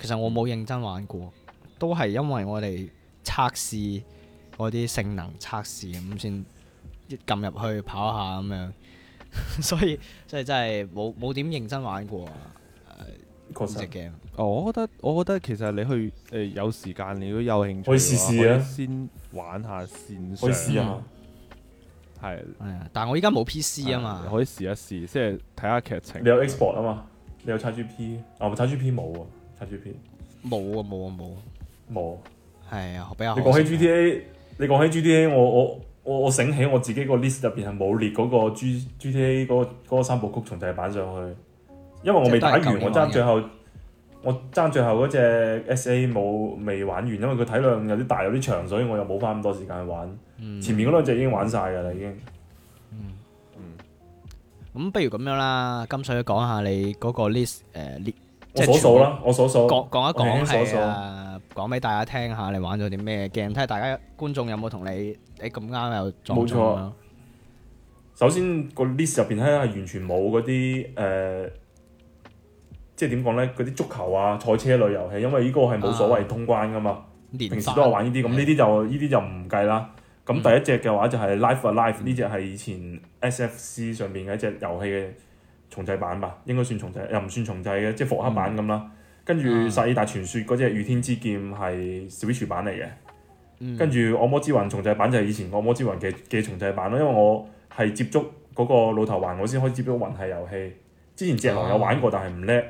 其實我冇認真玩過，都係因為我哋測試嗰啲性能測試咁先一撳入去跑下咁樣， 所以即係真係冇冇點認真玩過啊
確
呢只
實
game。
哦，我覺得我覺得其實你去誒、呃有時間，你都有興趣嘅話，
可以試試啊
可以先玩下線
可
上，
以試啊下，
係
係啊，但係我依家冇 PC 啊嘛
係，可以試一試，即係睇下劇情。
你有 export 啊嘛，你有 XGP，啊唔 XGP 冇啊，XGP
冇啊冇啊冇啊，
冇。
係啊，比較
你講
可
起
惜啊
GTA，你講起 GTA，我我我我醒起我自己個 list 入邊係冇列嗰個 G GTA 嗰、嗰三部曲重製版上去，因為我未打
即係都係舊年
完，我爭最後我爭最後嗰只 SA 冇未玩完，因為佢體量有啲大有啲長，所以我又冇花咁多時間去玩。
嗯
前面嗰兩隻已經玩晒㗎啦，已經。
咁不如咁樣啦，金水講下你嗰個 list 誒列，
我
即係
所數啦，我所數。
講講一講
我輕輕所
係
數。
啊，講俾大家聽下你玩咗啲咩 game，睇下大家觀眾有冇同你你咁啱又撞
冇錯
中啊咁樣
首先個 list 入邊咧係完全冇嗰啲誒，即係點講咧？嗰啲足球啊、賽車類遊戲，因為呢個係冇所
啊
謂通關噶嘛。
連
平時
番
都係玩呢啲，咁
係
呢啲就呢啲就唔計啦。咁
嗯
第一隻嘅話就係 Life Alive 呢只係以前 SFC 上邊嘅一隻遊戲嘅重製版吧，應該算重製，又唔算重製嘅，即係復刻版咁啦。跟住
嗯
《薩爾達傳說》嗰只《御天之劍》係 Switch 版嚟嘅，
嗯
跟住《惡魔之魂》重製版就係以前《惡魔之魂》嘅嘅重製版咯。因為我係接觸嗰個老頭環，我先可以接觸雲系遊戲。之前隻狼有玩過，但係唔叻，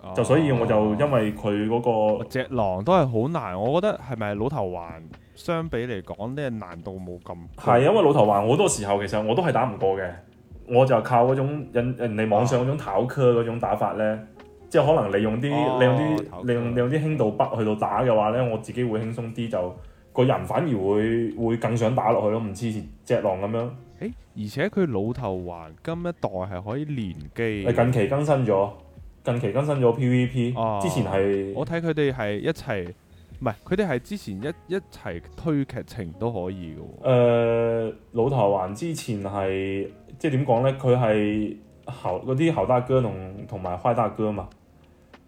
哦
就所以我就因為佢嗰個
隻狼都係好難，我覺得係咪老頭環相比嚟講呢難度冇咁高
係因為老頭環好多時候其實我都係打唔過嘅，我就靠嗰種人人哋網上嗰種跑科嗰種打法咧，即係可能利用啲、
哦
利用啲
跑
利用利用啲輕度筆去到打嘅話咧，我自己會輕鬆啲，就個人反而會會更想打落去咯，唔似隻狼咁樣。
誒，而且佢老頭環今一代係可以連機
你，近期更新咗，近期更新咗 PVP，、
哦
之前係
我睇佢哋係一齊，唔係佢哋係之前一一齊推劇情都可以
誒、
嘅
呃老頭環之前係即係點講咧？佢係侯嗰啲侯大哥同同埋花大哥嘛，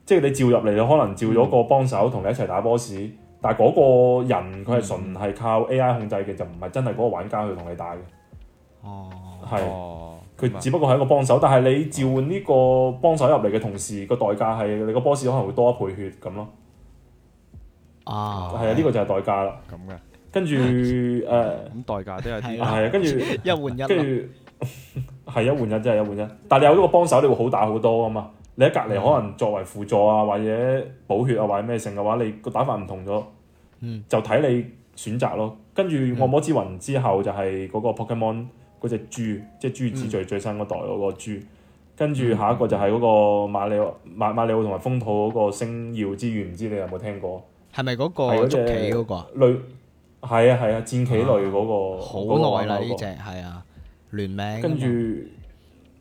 即係你召入嚟，你可能召咗個幫手同你一齊打 boss，但係嗰個人佢係
嗯
純係靠 AI 控制嘅，就唔係真係嗰個玩家去同你打嘅，
哦，
係
哦，
佢
咁啊
只不過係一個幫手。但係你召喚呢個幫手入嚟嘅同時，個代價係你個 boss 可能會多一倍血咁咯。
啊，
係啊，呢個就係代價啦。
咁嘅。
跟住誒
咁代價都有
係
啲
啦
係啊，跟住。
一換一
跟
啦，
住 係啊一換一真係一換一，但係你有嗰個幫手，你會好打好多啊嘛。你喺
嗯
隔離可能作為輔助啊，或者補血啊，或者咩性嘅話，你個打法唔同咗，
嗯
就睇你選擇咯。跟住惡魔之魂之後就係嗰個 Pokemon 嗰隻豬，即係豬子
嗯
最最新嗰代嗰個豬。跟住下一個就係嗰個馬里奧馬馬里奧同埋風土嗰個星耀之源，唔知你有冇聽過？
係咪嗰
係
個
嗰
捉棋
隻
嗰個啊？
類係啊係啊，戰棋類嗰、個嗰個
好耐啦
玩法哦嗰
呢
個
只係啊，聯名
跟住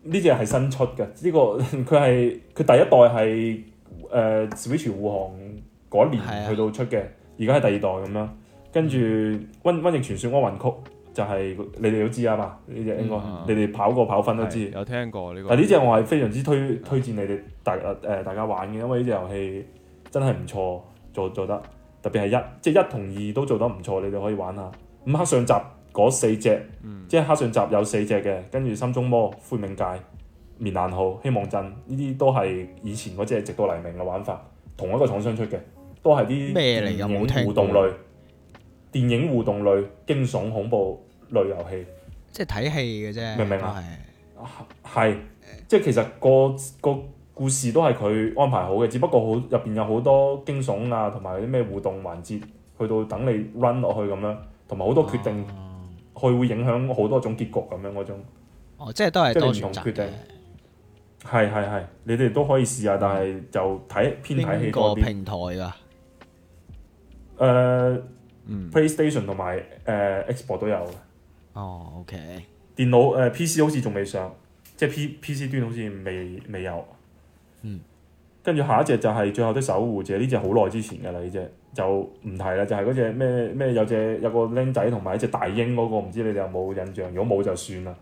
呢只係新出嘅，呢、個 佢係佢第一代係誒、呃 Switch 護航嗰一
係啊
年去到出嘅，而家係第二代咁樣。跟住《
嗯
瘟瘟疫傳說安魂曲》就係、你哋都知啊嘛，呢只應該、
嗯
你哋跑過跑分都
係
知。
有聽過呢個。
但呢只我係非常之推推薦你哋大誒、呃大家玩嘅，因為呢只遊戲真係唔錯，做做得特別係一即係一同二都做得唔錯，你哋可以玩下。咁黑上集嗰四隻，
嗯
即係黑上集有四隻嘅，跟住心中魔、灰冥界、棉蘭號、希望鎮呢啲都係以前嗰只直到黎明嘅玩法，同一個廠商出嘅，都係啲
咩嚟㗎
電影
冇聽過
互動類、電影互動類、驚悚恐怖類遊戲，
即係睇戲嘅啫，
明唔明啊
都係？
係即係其實個個故事都係佢安排好嘅，只不過好入邊有好多驚悚啊，同埋啲咩互動環節，去到等你 run 落去咁樣，同埋好多決定，佢、會影響好多種結局咁樣嗰種。
哦，即係都係
即係
多
你
選
唔同
擇
決定
嘅。
係係係，你哋都可以試下，但係就睇偏睇戲
邊個
多啲。誒、
平台㗎？
嗯，
呃 PlayStation 同埋誒 Xbox 都有嘅，
哦，OK，
電腦誒、PC 好似仲未上，即係 P PC 端好似未未有。
嗯。
跟住下一隻就係最後的守護者，呢隻好耐之前㗎啦，呢隻就唔提啦，就係嗰隻咩咩有隻有個僆仔同埋一隻大鷹嗰、個，唔知你哋有冇印象？如果冇就算啦。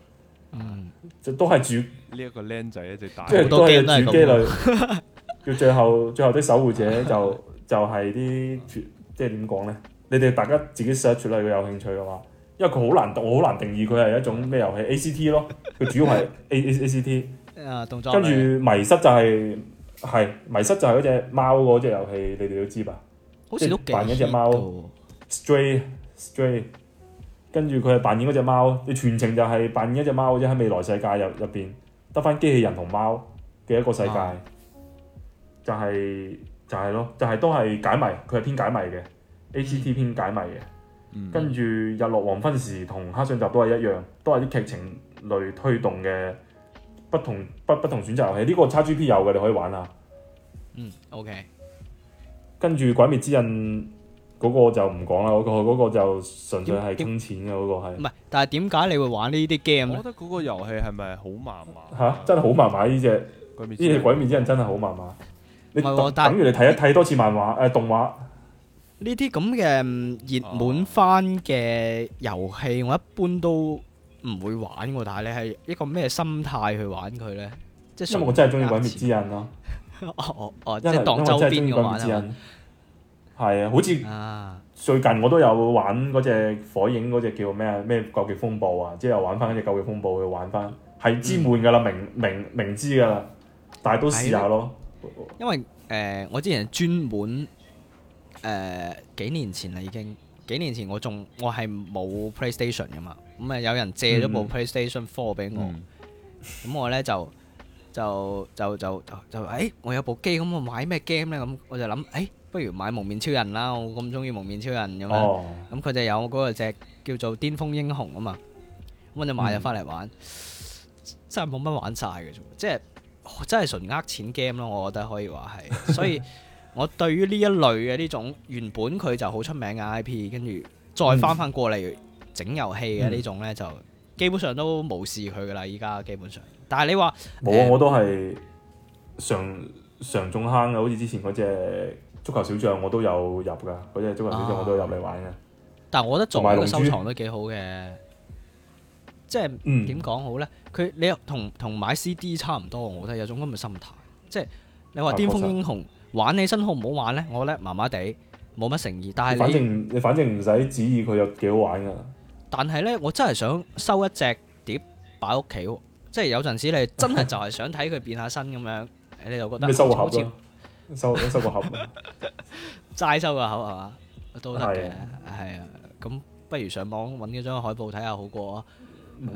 嗯，
就都係主
呢一個僆仔一隻大
即係
好多
都
game 都係咁
係主機類， 叫最後最後的守護者就就係啲即係點講咧？你哋大家自己 search 啦，如果有興趣嘅話，因為佢好難定，我好難定義佢係一種咩遊戲 ACT 咯，佢主要係 A A A C T，
啊，動作
跟住
類
迷失就係、係迷失就係嗰只貓嗰只遊戲，你哋都知吧
好似都
即
幾
係扮一隻
hit
貓
㗎喎
？Stray Stray，跟住佢係扮演嗰只貓，你全程就係扮演一隻貓啫，喺未來世界入入邊得翻機器人同貓嘅一個世界，
啊
就係、就係、咯，就係、都係解謎，佢係偏解謎嘅，ACT 偏解謎嘅。
嗯
跟住日落黃昏時同黑上集都係一樣，都係啲劇情類推動嘅不同不不同選擇遊戲。呢、個 XGP 有嘅，你可以玩下。
嗯，OK，
跟住鬼滅之刃嗰個就唔講啦，嗰、個嗰、個就純粹係
點
坑錢嘅嗰、個
唔
係
係，但係點解你會玩呢啲 game
我
咧？
覺得嗰個遊戲係咪好麻麻？
嚇、真係好麻麻呢只呢
鬼滅之
只
刃
鬼滅之刃真係好麻麻。你
唔係
等
喎但係
等於你睇一睇多次漫畫誒、動畫，
呢啲咁嘅嗯熱門番嘅遊戲，我一般都唔會玩喎。但係你係一個咩心態去玩佢咧？即係
因為我真係中意鬼滅
純
之刃咯，
粹呃錢哦哦哦，即
因
係
為因為我
當周
真係中
邊嘅
意鬼滅之
玩
刃。係啊，好似
啊啊！
最近我都有玩嗰只火影嗰只叫咩啊咩究極風暴啊，即係又玩翻嗰只究極風暴去玩翻，係
嗯
知悶噶啦，明明明知噶啦，但係
啊
都試下咯。
因為誒、呃我之前專門誒、呃、幾年前啦已經，幾年前我仲我係冇 PlayStation 噶嘛，咁啊有人借咗部
嗯
PlayStation Four 俾我，咁、
嗯
我咧就就就就就就誒、哎我有部機咁我買咩 game 咧？咁我就諗誒、哎不如買蒙面超人啦！我咁中意蒙面超人咁樣。
哦，
咁佢就有嗰個隻叫做《巔峰英雄》啊嘛，咁我就買咗翻嚟玩，真係冇乜玩晒嘅啫，即係真係純呃錢 game 咯，我覺得可以話 係，所以我對於呢一類嘅呢種原本佢就好出名嘅 IP，跟住再翻翻過嚟整遊戲
嗯
嘅呢種呢，就基本上都無視佢噶啦，依家基本上。但係你話
冇啊
誒，
我都係常常中坑嘅，好似之前嗰只足球小將我都有入噶，嗰只足球小將我都有入嚟玩嘅。
但係我覺得作為一個
同
收
埋龍珠
藏都幾好嘅，即係
嗯，
點講好呢？佢你又同同買 CD 差唔多，我覺得有種咁嘅心態，即係你話
啊
《巔峰英雄》玩起身好唔好玩呢？我覺得麻麻地，冇乜誠意。但
反
係啊你，
正你反正唔使旨意佢有幾好玩噶。
但係呢，我真係想收一隻碟擺屋企喎，即係有陣時你真係就係想睇佢變下身咁 樣，你就覺得
你收個盒
好似
咯，收收個盒。
齋收個口係嘛，都得嘅
係啊，
係啊。咁不如上網揾幾張海報睇下好過啊。
冇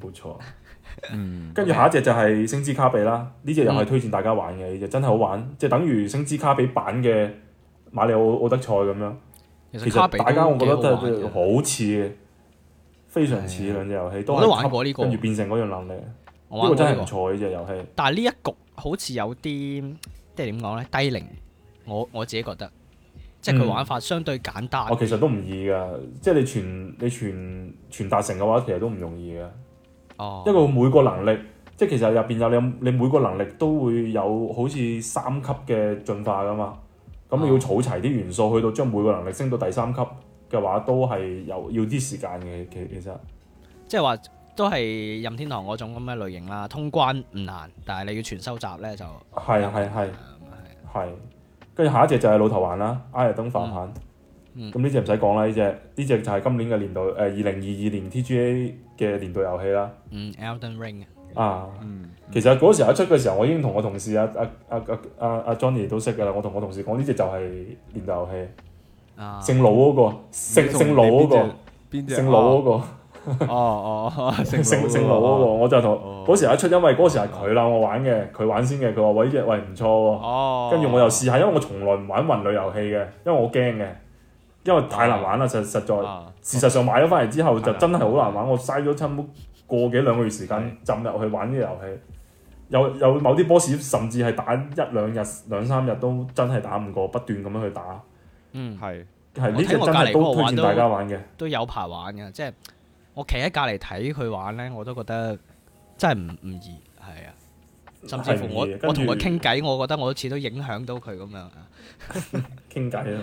冇錯。
嗯
跟住下一隻就係星之卡比啦，呢只又
嗯
係推薦大家玩嘅，呢隻真係好玩，即係等於星之卡比版嘅馬里奧奧德賽咁樣。
其
其
實卡比
實大家我覺得
都幾
都
好玩嘅啊
係好似嘅，非常似兩隻遊戲，都
我都
係
玩過呢個
跟住變成嗰樣能力，呢
我玩
個
過
真
呢
係
個
唔錯呢隻遊戲。
但係呢一局好似有啲即係點講呢？低齡，我我自己覺得，即係佢
嗯
玩法相對簡單。
我其實都唔易㗎，即係你全你全全達成嘅話，其實都唔容易嘅。
哦，
因為每個能力，即係其實入邊有你你每個能力都會有好似三級嘅進化噶嘛。咁你要
哦
儲齊啲元素，去到將每個能力升到第三級嘅話，都係有要啲時間嘅。其其實
即係話都係任天堂嗰種咁嘅類型啦，通關唔難，但係你要全收集呢就
係啊係係
係
係。跟住下一隻就係老頭環啦，艾爾登法環。
嗯
咁呢只唔使講啦，呢只呢呃只就係今年嘅年度誒二零二二年 TGA 嘅年度遊戲啦。
嗯 Elden Ring 啊
啊。
嗯，
其實嗰時候一出嘅時候，我已經同我同事啊啊啊啊啊啊 Johnny 都識㗎啦。我同我同事講呢只就係年代遊戲，
啊，
姓魯嗰個，姓姓魯嗰個，
邊只
姓魯嗰個，
哦哦哦哦，姓
姓
姓
姓魯嗰個，我就
哦
同嗰時候一出，因為嗰時候係佢啦，我玩嘅，佢玩先嘅。佢話喂呢只喂唔錯喎，
哦，
跟住我又試下，因為我從來唔玩雲類遊戲嘅，因為我驚嘅，因為太難玩啦，實實在。
啊
事實上買咗翻嚟之後就
太難
真係好難玩，我嘥咗差唔多個幾兩個月時間浸入去玩呢個遊戲，有有某啲 boss 甚至係打一兩日兩三日都真係打唔過，不斷咁樣去打。
嗯，
係
係呢
我聽
只真
過隔離
係
嗰個
都推
玩
薦
都
大家玩嘅。
都有排玩嘅，即係我企喺隔離睇佢玩咧，我都覺得真係唔唔易，係啊。甚至乎我
係唔易嘅
我同佢傾
跟
偈，我覺得我好似都影響到佢咁樣啊。
傾偈咯。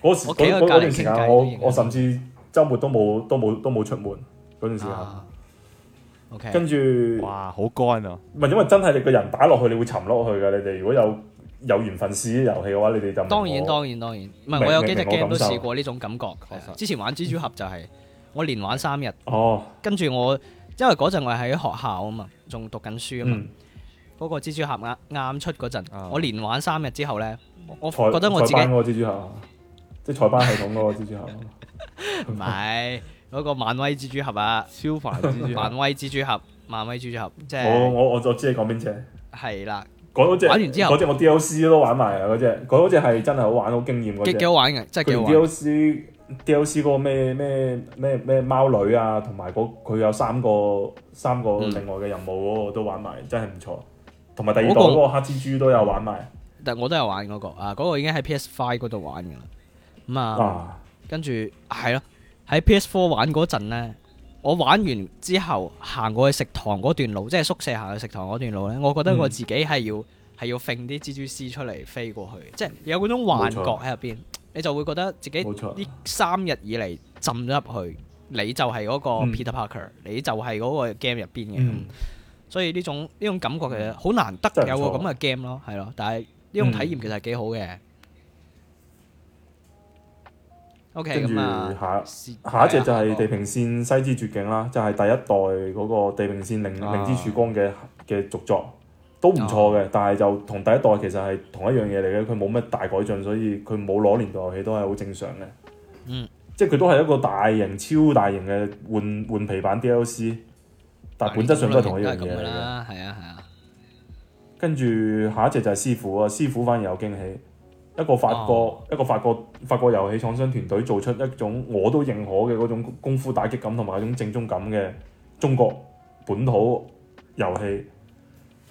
嗰時
我企喺
嗰
隔
嗰
離
段時
傾偈都
間，
已
我
經
我甚至週末都冇都冇都冇出門嗰段時間。
啊，OK，
跟住唔
哇，好乾啊！
係因為真係你個人打落去，你會沉落去嘅。你哋如果有有緣分試呢遊戲嘅話，你哋就明
當然
我
當然當然，唔係
明
我有幾隻
明明我
game 都
感受
試過呢種感覺。係啊
確實
之前玩蜘蛛俠就係 我連玩三日，
哦，
跟住我因為嗰陣我係喺學校啊嘛，仲讀緊書啊嘛。
嗯，
嗰個蜘蛛俠啱啱出嗰陣，
啊
我連玩三日之後呢，我
賽
覺得我自己
賽班嗰個蜘蛛俠，即係賽班系統嗰個蜘 蛛俠。
唔係嗰個漫威蜘蛛俠啊，
超凡蜘蛛俠
漫威蜘蛛俠，漫威蜘蛛俠，即
我
係
我我我知你講邊只。
係啦，
嗰隻
玩完之後
嗰隻我 DLC 都玩埋啊！嗰隻嗰隻係真係好玩，好驚豔嗰
幾
隻
幾。好玩嘅，真係
佢
幾好
連
玩。
DLC DLC 嗰個咩咩咩咩貓女啊，同埋嗰佢有三個三個
嗯
另外嘅任務嗰個都玩埋，真係唔錯。同埋第二代
嗰個
嗰個黑蜘蛛都有玩埋
但我都有玩嗰個啊，嗰個已經喺 PS Five 嗰度玩嘅啦。咁啊，
啊！
跟住係咯，喺 PS Four 玩嗰陣呢，我玩完之後行過去食堂嗰段路，即係宿舍行去食堂嗰段路呢，我覺得我
嗯
自己係要係要揈啲蜘蛛絲出嚟飛過去，即係有嗰種幻覺
冇錯
喺入邊，你就會覺得自己
嗯冇錯
呢三日以嚟浸咗入去，你就係嗰個
嗯
Peter Parker，、你就係嗰個 game 入邊嘅，
嗯
所以呢種呢種感覺其實好難得
真係唔錯
有個咁嘅 game 咯，係咯，但係呢種體驗其實係幾好嘅。OK，
跟住
咁啊，
下
是
下一隻就係地平線西之絕境啦，就係、第一代嗰個地平線零
啊
零之曙光嘅嘅續作，都唔
哦
錯嘅，但係就同第一代其實係同一樣嘢嚟嘅，佢冇乜大改進，所以佢冇攞年代遊戲都係好正常嘅。
嗯，
即係佢都係一個大型、超大型嘅換換皮版 DLC，但係本質上都係同一樣
都係咁
嘢
㗎
嚟嘅。
啦，係啊係啊，
跟住下一隻就係師傅啊，師傅反而有驚喜。一個法國、一個法國法國遊戲創新團隊做出一種我都認可嘅嗰種功夫打擊感同埋一種正宗感嘅中國本土遊戲。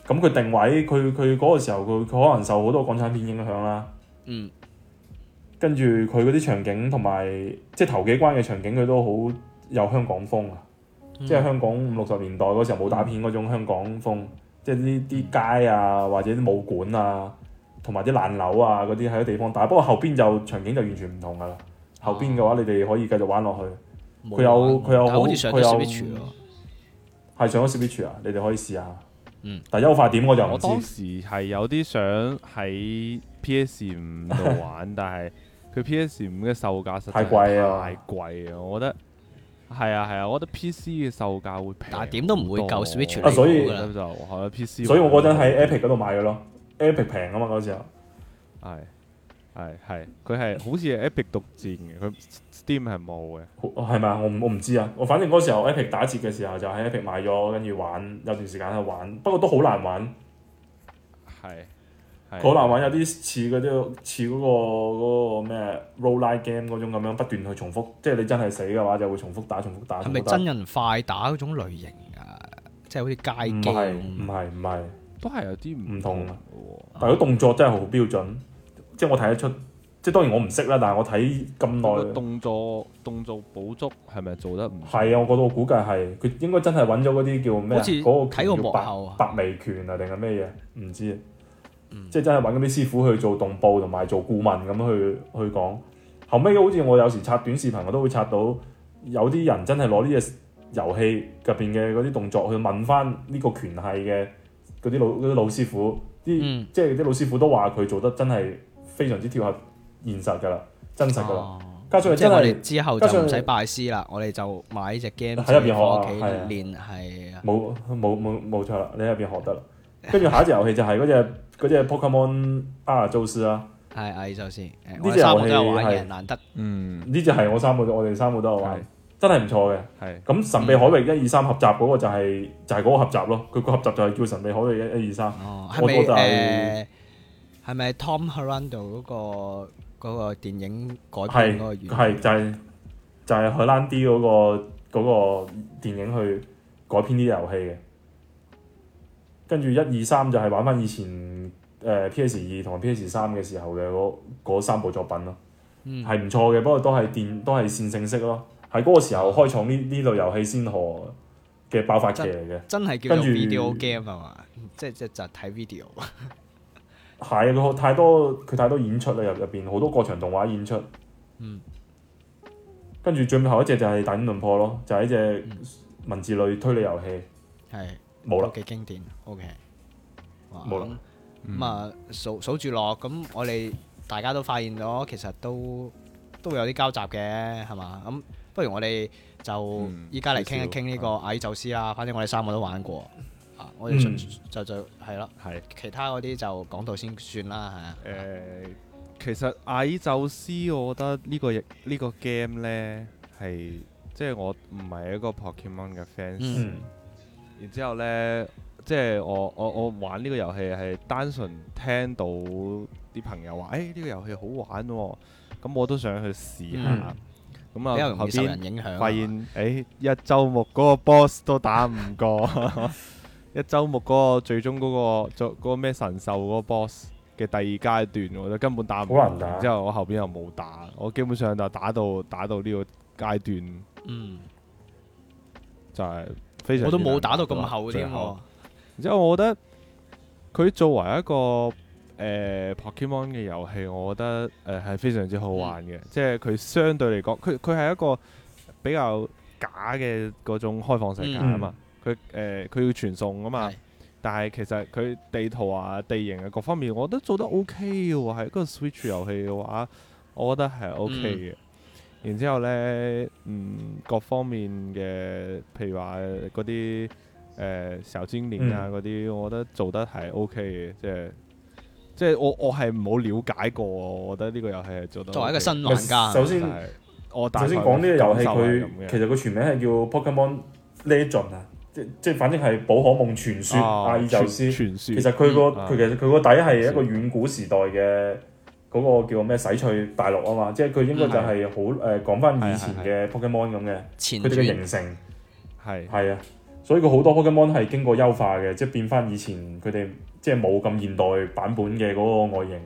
咁佢定位，佢佢嗰個時候佢佢可能受好多港產片影響啦。
嗯
跟住佢嗰啲場景同埋即係頭幾關嘅場景，佢都好有香港風啊！
嗯
即係香港五六十年代嗰時候武打片嗰種香港風，即係呢啲街啊，或者啲武館啊，同埋啲爛樓啊嗰啲喺啲地方打。不過後邊就場景就完全唔同噶啦。後邊嘅話，你哋可以繼續玩落去。
冇
佢有
玩過
佢有
但係好
好
似上
佢
咗
有
Switch 喎，
係上咗 Switch 啊，你哋可以試下。
嗯。
但優化點我就唔
我
知。
當時係有啲想喺 PS 五度 玩，但係佢 PS 五嘅售價實在
太貴啊
太貴啊！我覺得係啊係啊，我覺得 PC 嘅售價會平好多，
但係點都唔會夠 Switch
啊所以
我覺得就係 PC，
所以我嗰陣喺
玩
Epic 嗰度買嘅咯，Epic 平啊嘛嗰時候。
係係係，佢係好似係 Epic 獨佔嘅，佢 Steam 係冇嘅。
好係咪啊？我唔我唔知啊！我反正嗰時候 Epic 打折嘅時候就喺 Epic 買咗，跟住玩有段時間喺度玩，不過都好難玩，
係係
好難玩，有啲似嗰啲似嗰個嗰、個咩啊 roguelike game 嗰種咁樣不斷去重複，即係你真係死嘅話就會重複打、重複打。
係咪
重
真
複
人快打嗰種類型啊？即係哦好似
打？唔
街機
係
咁
唔係唔係，
都係有啲
唔同
嘅
啊
喎。
但係佢動作真係好標準，即係我睇得出。即係當然我唔識啦，但係我睇咁
佢個
耐，
動作動作捕捉係咪做得唔
係啊，我覺得我估計係佢應該真係揾咗嗰啲叫咩啊
好似
嗰個
睇過
叫
幕
白
後啊
白眉拳啊定係咩嘢？唔知啊，即係真係揾嗰啲師傅去做動步同埋做顧問咁去去講。後尾好似我有時刷短視頻，我都會刷到有啲人真係攞呢隻遊戲入邊嘅嗰啲動作去問翻呢個拳係嘅嗰啲老嗰啲老師傅，啲、
嗯
即係啲老師傅都話佢做得真係非常之貼合現實㗎啦，真實㗎啦。
哦
加上佢
即係
真
我
係
哋之後
加
就
上
唔使拜師啦，我哋就買呢只 game
喺入
自
邊學啊
己放屋企
係啊
練係啊。
冇冇冇冇錯啦，你喺入邊學得啦。跟住下一隻遊戲就係嗰只嗰只 Pokemon 啊阿祖斯啦，
係係就先，誒
呢
我哋
隻
三個都有
遊戲
玩嘅，
係
難得
嗯，
呢只係我三個，我哋三個都有
係
玩，真係唔錯嘅。
係
咁神秘海域一二三合集嗰個就係、就係、嗰個合集咯，佢個合集就係叫神秘海域一一二三。
哦，係
我
咪
覺得
誒係咪 Tom Harando 嗰個嗰個電影改編
係
嗰個原
係就係、就係荷蘭 D 嗰、個嗰、個電影去改編呢啲遊戲嘅。跟住一二三就係玩翻以前誒、PS 二同 PS 三嘅時候嘅嗰嗰三部作品咯，
嗯
係唔錯嘅，不過都係電都係線性式咯，係嗰個時候開創呢呢類遊戲先河嘅爆發期嚟嘅。
真係叫做
跟住
video game 係嘛？即係即係就係睇 video。
係啊，佢好太多佢太多演出啦，入入邊好多過場動畫演出。
嗯。
跟住最後一隻就係《大英論破》咯，就係一隻文字類推理遊戲。
係
嗯冇啦
都，幾經典。O K，
冇啦。
咁
嗯
咁啊，數數住落，咁我哋大家都發現咗，其實都都會有啲交集嘅，係嘛？咁不如我哋就
嗯
依家嚟傾一
少啊少
傾呢個矮宙斯啦。反正我哋三個都玩過，啊，我哋
嗯
就就就係啦。
係
其他嗰啲就講到先算啦，係啊。
誒，其實矮宙斯，我覺得呢個亦呢個 game 呢，係即係我唔係一個 Pokemon 嘅 fans，、
嗯
嗯，
然之後呢，即係我我我玩呢個遊戲係單純聽到啲朋友話，誒、哎呢、個遊戲好玩喎、咁我都想去試
嗯
下。咁
嗯比較
嗯啊、
容
後
易受
邊
人影響。
發現，誒、一周目嗰個 boss 都打唔過， 一周目嗰個最終嗰、個最嗰個咩神獸嗰個 boss 嘅第二階段，我就根本打
好
唔過。
難打
然之後我後邊又冇打，我基本上就打到打到呢個階段
嗯，
就係非常。
我
啊
都冇打到咁厚添
最後
喎。
然之後，我覺得佢作為一個誒、呃 Pokemon 嘅遊戲，我覺得誒呃係、非常之好玩嘅。即係佢相對嚟講，佢佢係一個比較假嘅嗰種開放世界啊嘛。佢誒佢要傳送啊嘛
係，
但係其實佢地圖啊、地形啊各方面，我覺得做得 OK 嘅喎。係嗰個 Switch 遊戲嘅話，我覺得係 OK 嘅。然之後呢，嗯，各方面嘅，譬如話嗰啲誒小精靈啊
嗯
嗰啲，我覺得做得係 OK 嘅，即係即係我我係冇了解過，我覺得呢個遊戲係做得
作為一個
OK
新玩家，
首
嘅，
先
但係我大
首
概
先講呢個遊戲，佢
感受
其
係咁嘅
實佢全名係叫 Pokemon Legend 啊，即即反正係寶可夢傳說
哦
阿爾宙斯。
傳傳說
其實佢個
嗯
佢其實佢個底係一個遠古時代嘅嗰個叫咩洗翠大陸啊嘛，即係佢應該就係好誒
嗯
講翻以前嘅 Pokemon 咁嘅，
前
佢哋嘅
傳
形成。
係
係啊，所以佢好多 Pokemon 係經過優化嘅，即係變翻以前佢哋即係冇咁現代版本嘅嗰個外形。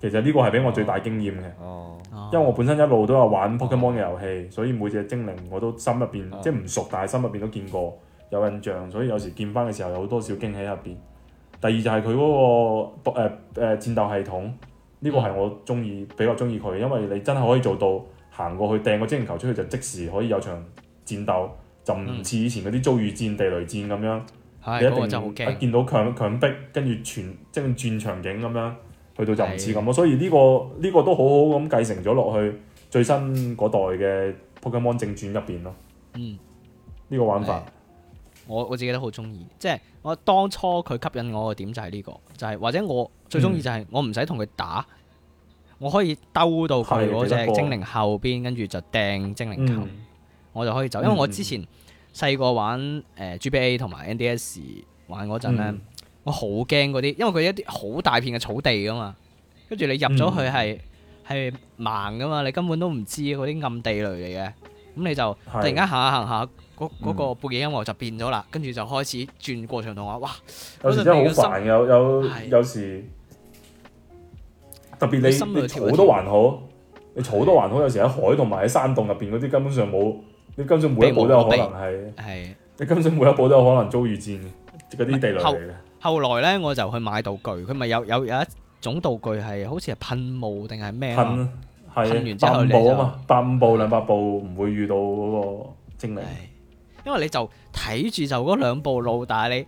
其實呢個係俾我最大經驗嘅，
哦
哦
因為我本身一路都有玩 Pokemon 嘅遊戲，所以每隻精靈我都心入邊
哦
即係唔熟，但係心入邊都見過有印象，所以有時見翻嘅時候有好多小驚喜喺入邊。第二就係佢嗰個誒誒、戰鬥系統，呢、個係我中意比較中意佢，因為你真係可以做到行過去掟個精靈球出去就即時可以有場戰鬥，就唔似以前嗰啲遭遇戰、地雷戰咁樣，
係
你
嗰個真係好
一定一
驚。
見到強強逼，跟住全即係轉場景咁樣，去到就唔似
係
咁咯。所以呢、個呢、個都好好咁繼承咗落去最新嗰代嘅 Pokemon 正傳入邊咯，
嗯。
呢、個玩法。
我我自己都好中意，即係我當初佢吸引我嘅點就係呢、個，就係、或者我最中意
嗯
就係我唔使同佢打，我可以兜到佢嗰只
係幾多個啊
精靈後邊，跟住就掟精靈球，
嗯，
我就可以走。因為我之前細個玩誒、呃 GBA 同埋 NDS 玩嗰陣咧，
嗯
我好驚嗰啲，因為佢一啲好大片嘅草地噶嘛，跟住你入咗去
嗯
係係盲噶嘛，你根本都唔知嗰啲暗地雷嚟嘅，咁你就。
突
突然間行下行下，嗰嗰個背景音樂就變咗啦，跟住就開始轉過場動畫，哇！
有時真係好煩，有有
係
有時特別
你心裏
你
跳一
你草
跳
都還好，你草都還好，有時喺海同埋喺山洞入邊嗰啲根本上冇，你根本上每一步都有可能係，
係
你根本上每一步都有可能遭遇戰嘅嗰啲地雷嚟嘅。
後來呢，我就去買道具，佢咪有有有一種道具係好似係噴霧定係咩啊
噴
噴完
係
之後
百五
你
步啊
就
嘛，百五步兩百步唔會遇到嗰個精靈
係，因為你就睇住就嗰兩步路，但係你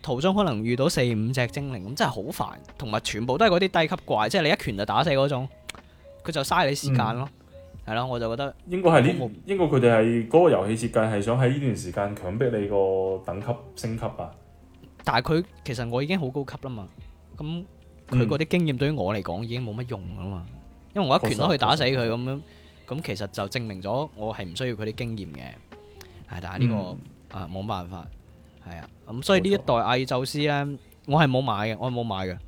途中可能遇到四五隻精靈，咁真係好煩，同埋全部都係嗰啲低級怪，即係你一拳就打死嗰種，佢就嘥你時間咯。係咯，我就覺得
應該係
我
呢，應該佢哋係嗰個遊戲設計係想喺呢段時間強迫你個等級升級啊吧。
但係佢其實我已經好高級啦嘛，咁佢
嗯
嗰啲經驗對於我嚟講已經冇乜用啦嘛，因為我一拳都可以打死佢咁樣，咁其實就證明咗我係唔需要佢啲經驗嘅，係但係呢個啊冇辦法，係啊，咁所以呢一
嗯冇錯
代阿爾宙斯咧，我係冇買嘅，我係冇買嘅，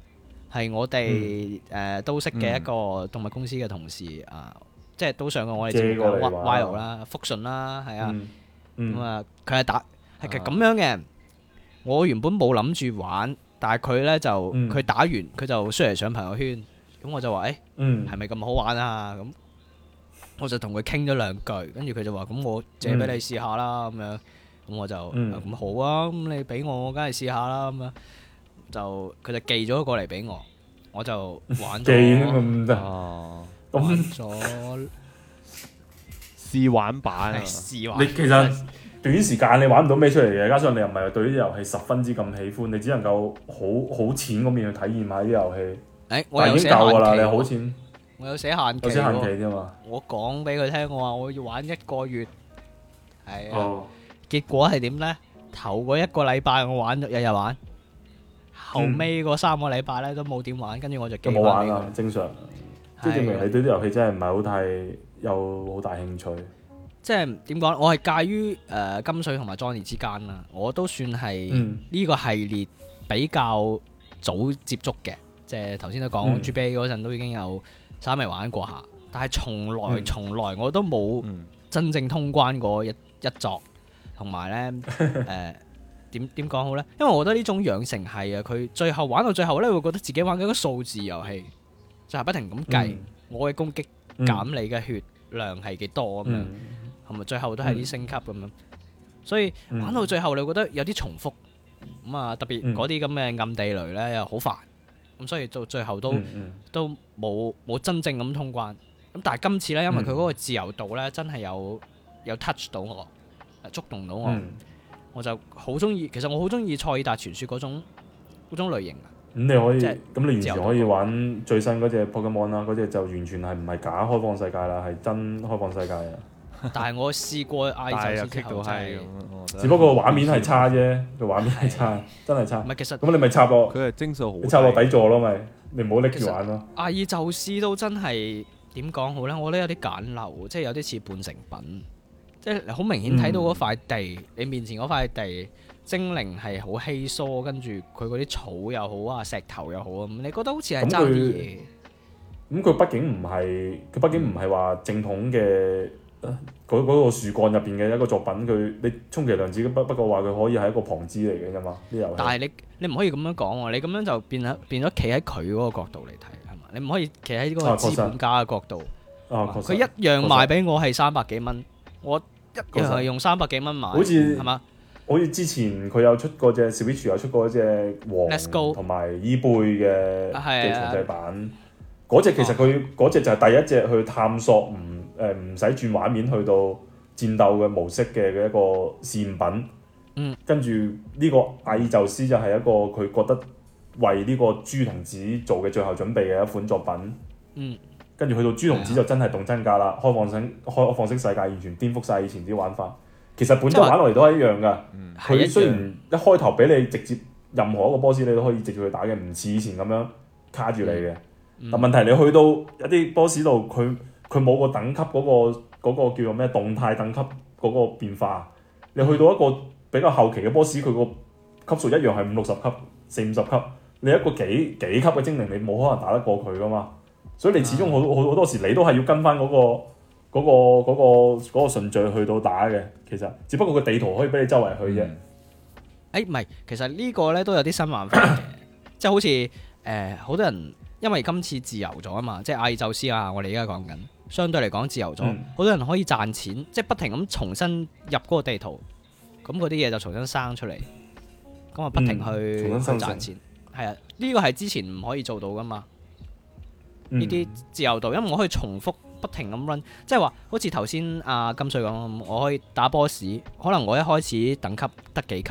係我哋
嗯
誒都識嘅一個動物公司嘅同事啊，即係都上過我哋節目嘅
借過嚟
Y-
玩
Yao 啦、福順啦，係啊。
嗯，
咁
嗯，
啊，佢係打係其實咁樣嘅。我原本冇諗住玩，但係佢咧就
嗯
佢打完佢就 share 上朋友圈，咁我就話：，誒
嗯，
係咪咁好玩啊？咁我就同佢傾咗兩句，跟住佢就話：，咁我借俾你試下啦，咁樣。咁我就
嗯
啊咁好啊，咁你俾我，我梗係試下啦，咁樣就佢就寄咗過嚟俾我，我 就玩
記
咗
咁得，
哦，
玩
咁
咗
試玩版啊
係，試玩
你。其實短時間你玩唔到咩出嚟嘅，加上你又唔係對呢啲遊戲十分之咁喜歡，你只能夠好好淺嗰面去體驗下啲遊戲。
誒，我
但
有
已
寫
經夠㗎啦，你
限
好
期，
淺，
我有寫限期
有啲限
喎
期。啫嘛。
我講俾佢聽，我話我要玩一個月，係啊。
哦，
結果係點呢？頭嗰一個禮拜我玩咗，日日
嗯
玩，後尾嗰三個禮拜呢都冇點玩，跟住我就寄
都冇玩
翻俾佢
啦，正常。即係證
係
明
啊
你對啲遊戲真係唔係好太有好大興趣。
即係點講？我係介於誒、呃金水同埋 Johnny 之間啦，我都算係
嗯
呢個系列比較早接觸嘅，即係頭先都講
嗯
GBA 嗰陣都已經有稍微玩過下，但係從來
嗯
從來我都冇。
嗯，
真正通關嗰一一作，同埋 呢，誒點點講好呢？因為我覺得呢種養成係啊，佢最後玩到最後呢，會覺得自己玩緊一個數字遊戲，就係不停咁計、我嘅攻擊
嗯
減你嘅血量係幾多咁樣，
嗯
同埋、最後都係啲升級咁樣，所以
嗯
玩到最後你會覺得有啲重複咁啊，特別
嗯
嗰啲咁嘅暗地雷呢，又好煩，咁所以到最後都。
嗯嗯
都冇冇真正咁通關。咁但係今次呢，因為佢
嗯
嗰個自由度呢，真係有有 touch 到我，誒觸動到我，
嗯
我就好中意。其實我好中意《塞爾達傳說》嗰種嗰種類型啊。
咁你可以，
即係
咁你完全可以玩最新嗰只 Pokemon 啦，嗰只就完全係唔係假開放世界啦，係真開放世界啊！
但係我試過
但係
嗌
又
就之
棘到
後真
閪
係
咁，，我
嗯
覺得
只不過畫面係差啫，個畫面係差，真係差
唔。係其實
咁你咪插落，
佢係精數好低，
你插落底座咯，咪你唔好拎住玩咯。
阿爾宙斯都真係點講好呢？我覺得有啲簡陋，即係有啲似半成品，即係你好明顯睇到嗰塊地，你面前嗰塊地精靈係好稀疏，跟住佢嗰啲草又好啊，石頭又好啊，咁你覺得好似係
咁
爭啲
佢
嘢。
咁佢畢竟唔係，佢畢竟唔係話正統嘅呃嗰嗰個樹幹入邊嘅一個作品，佢你充其量只不不過話佢可以係一個旁支嚟嘅啫嘛，呢遊戲
但。係你你唔可以咁樣講喎，你咁樣就變咗變咗企喺佢嗰個角度嚟睇係嘛？你唔可以企喺嗰個
啊確實
資本家嘅角度，
啊，
佢
確實
一樣
確實
賣俾我係三百幾蚊，我一樣
確
係
實
用三百幾蚊買，
好似
係嘛？
好似之前佢有出過隻 Switch 有出過一隻
Let's go
黃同埋伊貝嘅
啊係
嘅
啊
重製版，嗰只其實佢嗰只就係第一隻去探索唔誒唔使轉畫面去到戰鬥嘅模式嘅嘅一個試驗品。
嗯，
跟住呢個阿爾宙斯就係一個佢覺得為呢個豬童子做嘅最後準備嘅一款作品。
嗯，啊
跟住去到豬童子就真係動真格啦，開放式開放式世界完全顛覆晒以前啲玩法。其實本
即
質
係話
玩落嚟都係一樣㗎。
係一
佢雖
樣
然一開頭俾你直接任何一個 boss 你都可以直接去打嘅，唔似以前咁樣卡住你嘅。
嗯
但問題你去到一啲 boss 度，佢佢冇個等級嗰、個嗰個叫做咩動態等級嗰個變化。你去到一個比較後期嘅 boss，佢個級數一樣係五六十級、四五十級。你一個幾幾級嘅精靈，你冇可能打得過佢噶嘛。所以你始
啊
終好好好多時你都係要跟翻嗰、個。嗰、個嗰、個嗰、個順序去到打嘅，其實只不過個地圖可以俾你周圍去啫。
誒唔係，其實呢個呢都有啲新玩法 嘅，即係好似誒好多人因為今次自由咗啊嘛，即係阿爾宙斯啊，我哋而家講緊，相對嚟講自由咗，好、
嗯
多人可以賺錢，即係不停咁重新入嗰個地圖，咁嗰啲嘢就重新生出嚟，咁啊不停去、
嗯重新
去
生成
賺錢，係啊，呢個係之前唔可以做到噶嘛，呢啲
嗯
自由度，因為我可以重複不停咁 run，即係話好似頭先阿金穗咁，我可以打 boss，可能我一開始等級得幾級，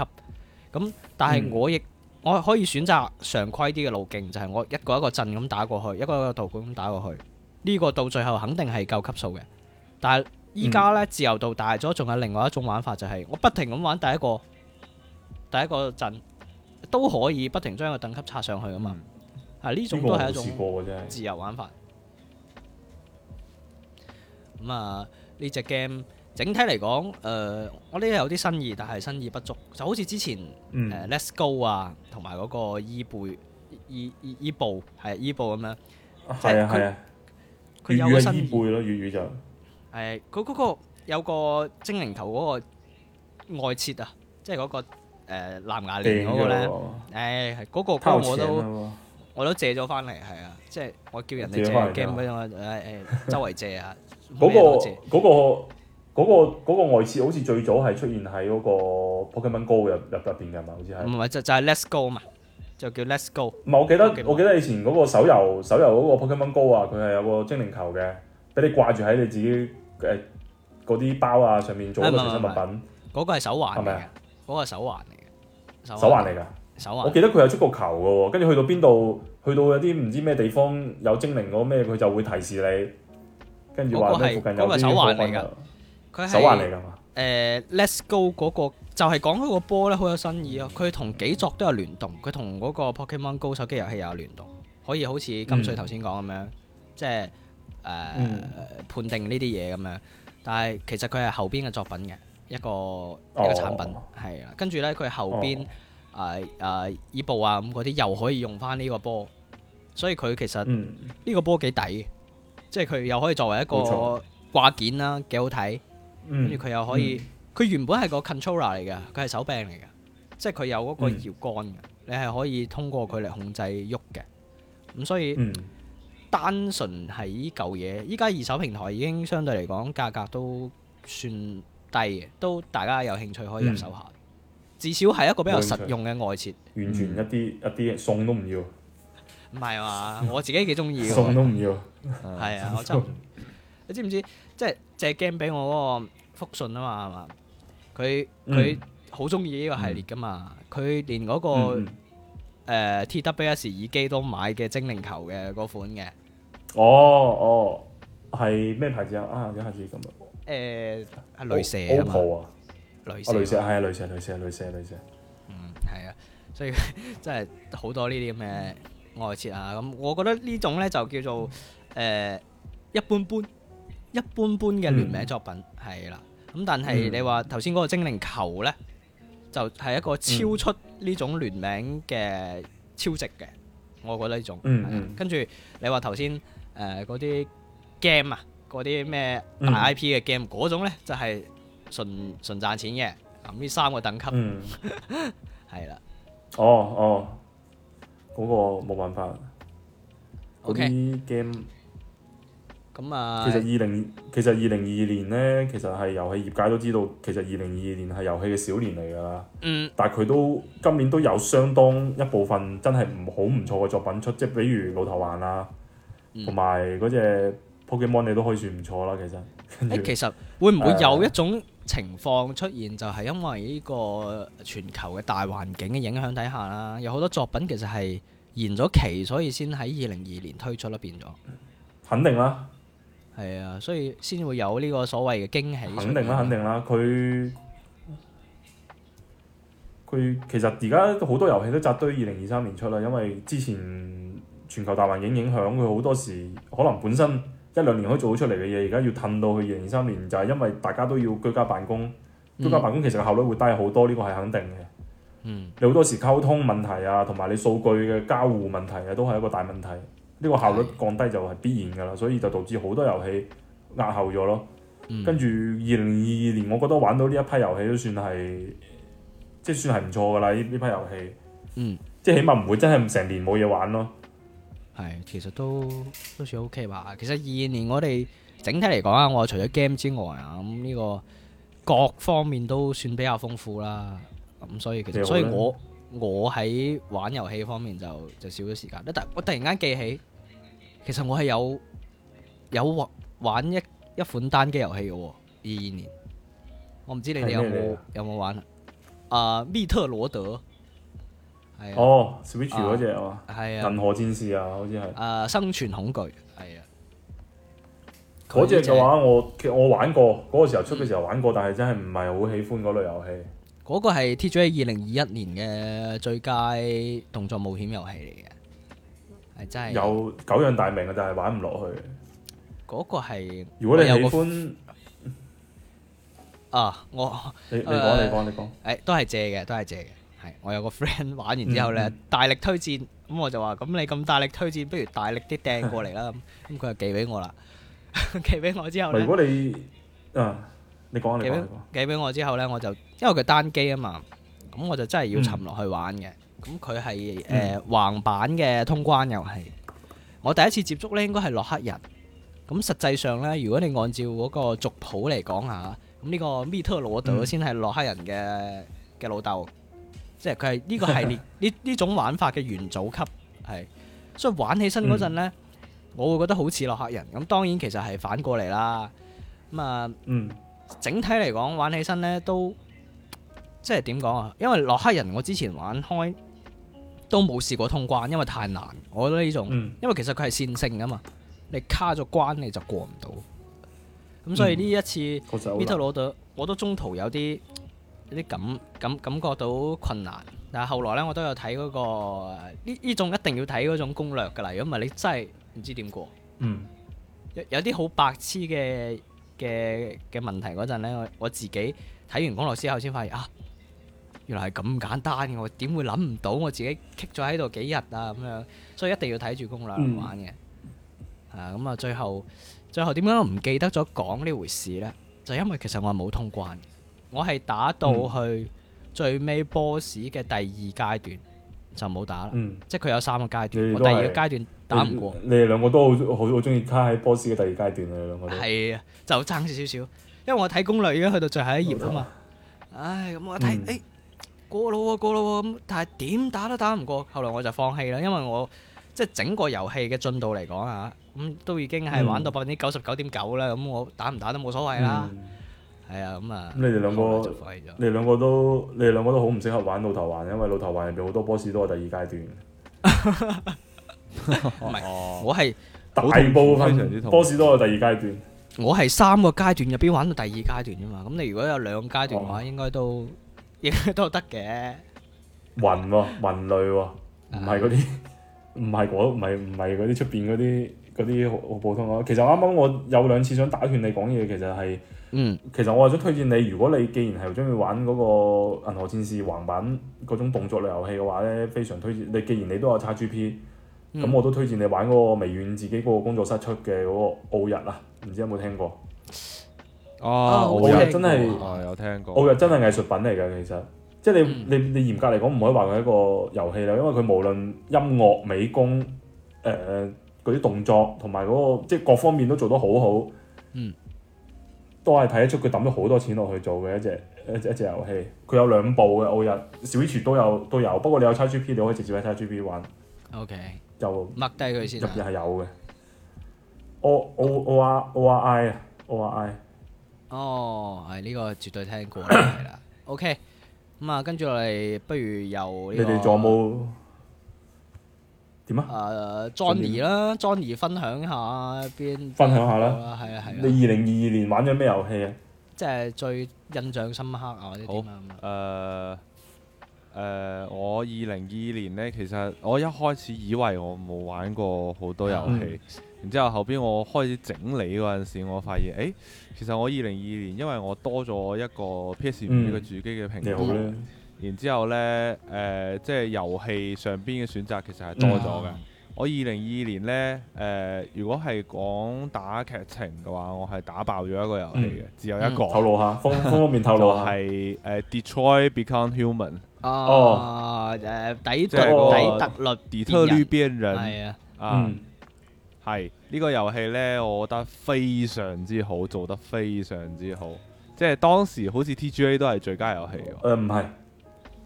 咁但係
嗯
我亦、我可以選擇常規啲嘅路徑，就係、我一個一個陣咁打過去，一個一個道館咁打過去，呢、個到最後肯定係夠級數嘅。但係依
嗯
家咧自由度大咗，仲有另外一種玩法就係我不停咁玩第一個第一個陣都可以不停將個等級刷上去啊嘛。啊呢種
嗯呢個
都
我
係
冇
一種
試過嘅真係。
自由玩法。咁啊，呢只 game 整體嚟講，誒、呃我呢有啲新意，但係新意不足，就好似之前誒、
嗯，
Let's Go 啊，同埋嗰個伊貝伊伊伊布係伊布咁樣，即係
係啊
佢
係啊，
佢
粵
有個
語係
新
依
意。啊
貝咯，粵語就
係佢嗰個有個精靈頭嗰個外設啊，即係嗰、個誒、呃藍牙連嗰個
掟
咧
咗，
誒
喎
係嗰個嗰個
拋
我
錢
都
啊。嘛
我都借咗翻嚟，係啊，即係我叫人哋
借
借
返嚟
game 俾我，誒 誒，周圍借啊，
嗰、
咩都借
個嗰、個嗰、個嗰、個外設好似最早係出現喺嗰個 Pokemon Go 入入入邊嘅嘛，好似係。
唔係就就係 Let's Go 嘛，就叫 Let's Go，
唔係我記
Pokemon
得我記得以前嗰個手遊手遊嗰個 Pokemon Go 啊，佢係有個精靈球嘅，俾你掛住喺你自己誒嗰啲包啊上面做一個
啊唔係
隨身物品
嗰個係手環
係
嚟
咪
嘅
啊，
嗰個係手環嚟嘅，
手環嚟㗎。
手
我
環，
記得佢有出個球嘅喎，跟住去到邊度，去到有啲唔知咩地方有精靈嗰咩，佢就會提示你，跟住話咩附近有
嗰個係嗰個係
啲
手環嚟㗎
波棍啊
佢
手環嚟
係
㗎
誒
嘛？
呃 Let's Go 嗰個就係講佢個波咧好有新意啊，佢同幾作都有聯動，佢同嗰個 Pokemon Go 手機遊戲又有聯動，可以好似金水頭先講咁樣，即係誒、
嗯
判定呢啲嘢咁樣，但係其實佢係後邊嘅作品嘅一個一個產品
哦
係啦，跟住咧佢後邊。誒誒伊布啊咁嗰啲又可以用翻呢個波，所以佢其實
嗯，
呢個波幾抵嘅，即係佢又可以作為一
冇
個
錯
掛件啦，幾好睇。跟
嗯
住，佢又可以，佢原本係個 controller 嚟嘅，佢係手柄嚟嘅，即係佢有嗰個
嗯
搖杆嘅，你係可以通過佢嚟控制喐嘅。咁所以
嗯，
單純係依嚿嘢，依家二手平台已經相對嚟講價格都算低嘅，都大家有興趣可以入手下。至少係一個比較
嗯冇興趣
實用嘅外設。
完
嗯
全一啲一啲送都唔要。
唔係 嘛？我自己幾中意
送
喎，
都唔要。
啊
嗯
係啊，我 真係唔中意。你知唔知？即係借 game 俾我嗰個福信啊嘛，係嘛？佢
嗯
佢好中意呢個系列噶嘛，佢連嗰個呃
嗯嗯
誒 TWS 耳機都買嘅精靈球嘅嗰款嘅，
哦哦，係咩牌子啊？啊，一下子咁啊。
誒係雷蛇啊嘛，
OPPO 啊，
雷
啊
蛇
雷射係啊，雷射雷射雷射雷射。
嗯，係啊，所以 真係好多呢啲咁嘅外設啊。咁我覺得呢種呢就叫做誒、呃一般般、一般般嘅聯名作品係啦。咁、但係
嗯
你話頭先嗰個精靈球呢，就係、一個超出呢種聯名嘅超值嘅，我覺得呢種。
嗯
係啊
嗯
跟住你話頭先誒嗰啲 game 啊，嗰啲咩
嗯
大 IP 嘅 game 嗰、種呢，就係、純純賺錢嘅。咁呢三個等級
嗯，
係啦。
哦哦，嗰個冇辦法。嗰
OK
啲 game
咁啊，
其實二零其實二零二二年咧，其實係遊戲業界都知道，其實二零二二年係遊戲嘅小年嚟㗎啦。
嗯
但係佢都今年都有相當一部分真係唔好唔錯嘅作品出，即係比如《老頭環》啦，
嗯
同埋嗰只 Pokemon 你都可以算唔錯啦，其實。跟住
誒，其實會唔會有一種情況出現，就係因為呢個全球嘅大環境嘅影響底下啦，有好多作品其實係延咗期，所以先喺二零二年推出啦，變咗
肯定啦，
係啊，所以先會有呢個所謂嘅驚喜出現。
肯定啦，肯定啦，佢佢其實而家好多遊戲都扎堆二零二三年出啦，因為之前全球大環境影響，佢好多時可能本身一兩年可以做到出嚟嘅嘢，而家要褪到去二零二三年，就係因為大家都要居家辦公，居家辦公其實效率會低好多，呢個係肯定嘅。
嗯，
你好多時溝通問題啊，同埋你數據嘅交互問題啊，都係一個大問題。呢個效率降低就係必然㗎啦，所以就導致好多遊戲壓後咗咯。
嗯
跟住二零二二年，我覺得玩到呢一批遊戲都算係，即係算係唔錯㗎啦。呢呢批遊戲，
嗯，
即係起碼唔會真係成年冇嘢玩咯。
係其實都都算 OK 吧。其實二年我哋整體嚟講啊，我除咗 game 之外啊，咁呢個各方面都算比較豐富啦。咁所以其
你
實，
好啊
所以
啦
我我喺玩遊戲方面就就少咗時間。但我突然間記起，其實我係有有玩玩一一款單機遊戲嘅喎，二二年。我唔知你哋有
係咩嚟
冇
㗎
有冇玩啊？啊，密特羅德係啊，
哦，Switch 嗰只係嘛？
係啊。呃
銀河戰士啊，好似係。
誒、生存恐懼係啊，
嗰只
就係
嘅話，我其實我玩過，嗰、個時候出嘅時候玩過，但係真係唔係好喜歡嗰類遊戲。
嗰個係 TGA 二零二一年嘅最佳動作冒險遊戲嚟嘅，係真係
有九樣大名嘅，但係玩唔落去。
嗰個係
如果你喜
我有個
歡，
啊，我
你你
誒
講你講你講，
誒都係借嘅，都係借嘅。係，我有個 friend 玩完之後
嗯
咧，大力推薦，咁我就話：咁你咁大力推薦，不如大力啲掟過嚟啦。咁佢就寄俾我啦， 寄俾我之後
咪
咧
如。果你啊，你講你
寄
講
俾
你講。
寄俾我之後呢，我就因為佢單機啊嘛，咁我就真係要沉落去玩嘅。咁佢係
嗯
誒橫版嘅通關遊戲，我第一次接觸呢應該係洛克人。咁實際上呢，如果你按照嗰個族譜嚟講下，咁呢個密特羅德
嗯
先係洛克人嘅嘅老豆，即係佢係呢個系列呢呢種玩法嘅元祖級係，所以玩起身嗰陣
嗯
呢，我會覺得好似洛克人。咁當然其實係反過嚟啦，咁啊。
嗯，
整體嚟講玩起身呢都即係點講啊？因為洛克人我之前玩開都冇試過通關，因為太難。我覺得呢種，
嗯
因為其實佢係線性噶嘛，你卡咗關你就過唔到。咁所以呢一次
確實好
呢套
難。
攞到，我都中途有啲有啲感感感覺到困難。但係後來呢，我都有睇嗰、個呢呢種一定要睇嗰種攻略㗎啦，如果唔係你真係唔知點過。
嗯，
有有啲好白痴嘅嘅嘅問題嗰陣咧，我我自己睇完攻略之後先發現啊，原來係咁簡單嘅，我點會諗唔到我自己棘咗喺度幾日啊咁樣，所以一定要睇住攻略
嗯
玩嘅。啊，咁啊，最後最後點解我唔記得咗講呢回事呢？就因為其實我係冇通關嘅，我係打到
嗯
去最尾 boss 嘅第二階段就冇打啦，
嗯
即係佢有三個階段，
你
我
都
第
係
二個階段打唔過。
你你哋兩個都好好好中意卡喺 boss 嘅第二階段啊！你兩個都
係啊，就爭少少，因為我睇攻略已經去到最後一頁啊嘛。唉，咁我一睇，
嗯
誒過咯喎，過咯喎，咁但係點打都打唔過，後來我就放棄啦，因為我即係整個遊戲嘅進度嚟講啊，咁都已經係玩到百分之九十九點九啦，咁我打唔打都冇所謂啦。
嗯
係啊，咁啊，
咁你哋兩個
後來就放棄咗。
你哋兩個都你哋兩個都好唔適合玩老頭環，因為老頭環入邊好多 boss 都係第二階段。
唔係
哦，
我係
大
好痛苦
部
非常之
分
痛苦
boss 都係第二階段。
我係三個階段入邊玩到第二階段啫嘛，咁你如果有兩階段嘅話，
哦
應該都應該都得嘅。
雲喎、雲類喎、唔係
啊
嗰啲，唔係嗰唔係唔係嗰啲出邊嗰啲嗰啲好好普通啊咯。其實啱啱我有兩次想打斷你講嘢，其實係
嗯，
其實我係想推薦你，如果你既然係中意玩嗰個銀河戰士橫版嗰種動作類遊戲嘅話咧，非常推薦你。既然你都有 XGP，咁、
嗯
我都推薦你玩嗰個微軟自己嗰個工作室出嘅嗰個奧日啊，唔知有冇聽過？
哦
哦，
奧
日真係
啊有聽過，
奧日真係藝術品嚟㗎，其實即係你、
嗯
你你嚴格嚟講唔可以話佢係一個遊戲啦，因為佢無論音樂、美工、誒嗰啲動作同埋嗰個即係各方面都做得好好，
嗯，
都係睇得出佢抌咗好多錢落去做嘅一隻一隻一隻遊戲。佢有兩部嘅奧日，Switch 都有都有，不過你有 XGP 你可以直接喺 XGP 玩，
OK，
就
掹低佢先
入
啊。
邊係有嘅。O O O R O R I 啊，O R I。
哦，係呢、個絕對聽 過啦，係啦。OK，咁啊，跟住落嚟，不如由呢、
你
個
哋仲有冇點啊？
誒 Johnny 啦，Johnny 分享下邊
分享下啦
啦，係啊係啊，
你二零二二年玩咗咩遊戲啊？
即係最印象深刻啊，或者點啊咁啊
誒誒、呃我二零二年呢，其實我一開始以為我冇玩過好多遊戲，
嗯
然之後後邊我開始整理嗰陣時，我發現誒、欸其實我二零二二年因為我多咗一個 PS 五
嗯
呢個主機嘅平
你
台，
好咧，
然之後呢，誒、呃即係遊戲上邊嘅選擇其實係多咗嘅。
嗯
我二零二二年呢，誒、如果係講打劇情嘅話，我係打爆咗一個遊戲嘅，
嗯
只有一個。
透露下，方方方面透
哦 就
露啊下。
係誒 Detroit Become Human，
哦，誒底
即
特
係
底
嗰個
特律
底特律變人
係啊，
啊，
嗯，
係呢個遊戲呢，我覺得非常之好，做得非常之好。即係當時好似 TGA 都係最佳遊戲喎，
誒呃唔係，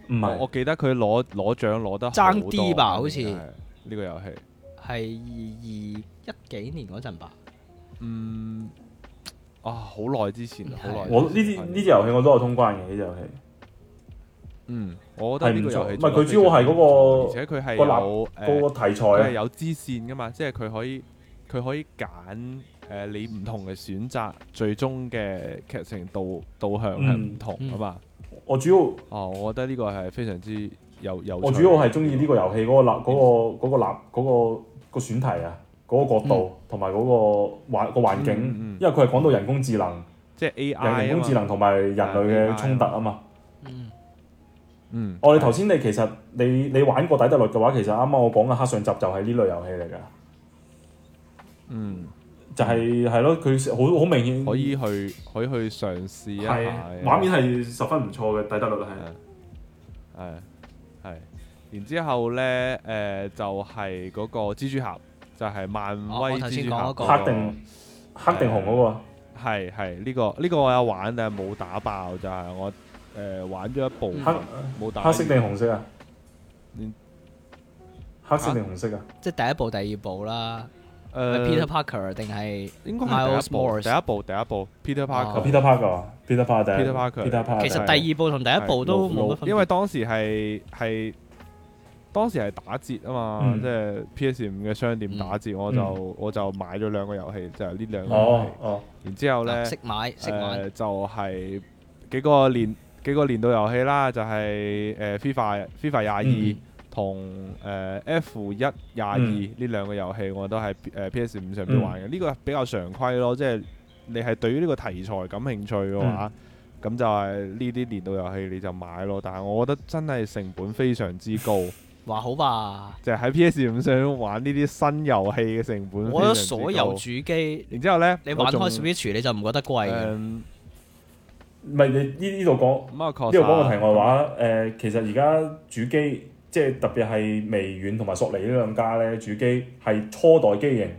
唔
我我
係，
記得佢攞攞獎攞得好
爭
多啊
啲吧好似
係呢個遊戲，
係二二一幾年嗰陣吧。
嗯啊，好耐之前，好耐之前。
我呢啲呢隻遊戲我都有通關嘅，呢隻遊戲。
嗯，我覺得呢個遊戲
係唔錯唔係佢
做得非常
主要係嗰個
而且佢係
個立
有誒呃
個題材
佢係
啊，
有支線噶嘛，即係佢可以佢可以揀誒、誒你唔同嘅選擇，最終嘅劇情導導向係唔同
嗯
啊嘛。
我主要
哦，我覺得呢個係非常之有有趣。
我主要係中意呢個遊戲嗰個立嗰個嗰個立嗰個個選題啊，嗰個角度同埋嗰個環個環
嗯嗯嗯
境，因為佢係講到人工智能、
即係 AI
人工智
啊嘛。
能同埋人類
啊
嘅衝突啊嘛。
嗯，
嗯，
我哋頭先你其實你你玩過底特律嘅話，其實啱啱我講嘅黑上集就係呢類遊戲嚟㗎，
嗯
就係係咯，佢好好明顯
可以去可以去嘗試一下
嗯
啊
係
嘅。
畫面係十分唔錯嘅底特律係。
係係，然之後咧，誒、就係、嗰個蜘蛛俠，就係、漫
哦
威
我頭
蜘
先
蛛
講
俠
嗰個
嗰
黑
個
定黑定紅嗰個，
係係呢個呢、個我有玩，但係冇打爆，就係、我誒、呃玩咗一部分
黑
冇打完。
黑色定紅色啊
嗯？
黑色定紅色啊？
即係第一部、第二部啦。
誒、
係 Peter Parker 定係
呃應該係
Miles 哦
第一部，
Morales
第一部第一部 Peter
啊
Parker。
Peter Parker 啊，Peter Parker 第一
Peter Parker
Peter Parker
其實
實
第二部同第一部都
老
冇乜分別，
因為當時係係當時係打折啊嘛，
嗯
即係 PS 五嘅商
嗯
店打折，我就、我就買咗兩個遊戲，就係、呢兩個遊
哦
戲。
哦，
然之後
啊
咧，
識買識
誒
玩，
就係幾個年幾個年度遊戲啦，就係誒 FIFA FIFA 廿
嗯
二同誒 F 一廿二
嗯
呢兩個遊戲，我都係誒 PS 五
嗯
上邊玩嘅。呢個比較常規咯，即係你係對於呢個題材感興趣嘅
嗯
話。咁就係呢啲年度遊戲你就買咯，但係我覺得真係成本非常之高，
話好吧。
就係喺 PS 五上邊玩呢啲新遊戲嘅成本非常之高。
我覺得所有主機，
然之後呢，
你玩
我仲
開 Switch 你就唔覺得貴嘅，
誒
唔係你呢呢度講
咁啊，
呢
確
度
實
講個題外話，誒其實而家主機即係特別係微軟同埋索尼呢兩家咧，主機係初代機型，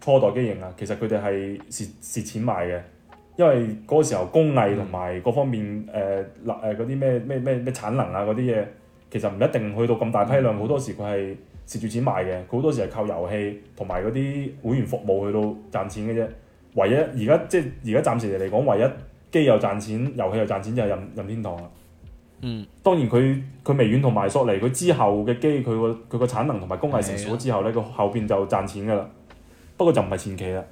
初代機型啊，其實佢哋係蝕蝕錢賣嘅。因為嗰個時候工藝同埋各方面誒嗱誒嗰啲咩咩咩咩產能啊嗰啲嘢，其實唔一定去到咁大批
嗯
量，好多時佢係蝕住錢賣嘅，佢好多時係靠遊戲同埋嗰啲會員服務去到賺錢嘅啫。唯一而家即係而家暫時嚟講，唯一機又賺錢，遊戲又賺錢就係任任天堂啦。
嗯，
當然佢佢微軟同埋索尼，佢之後嘅機佢個佢個產能同埋工藝成
係
熟
啊
咗之後咧，佢後邊就賺錢噶啦。不過就唔係前期啦，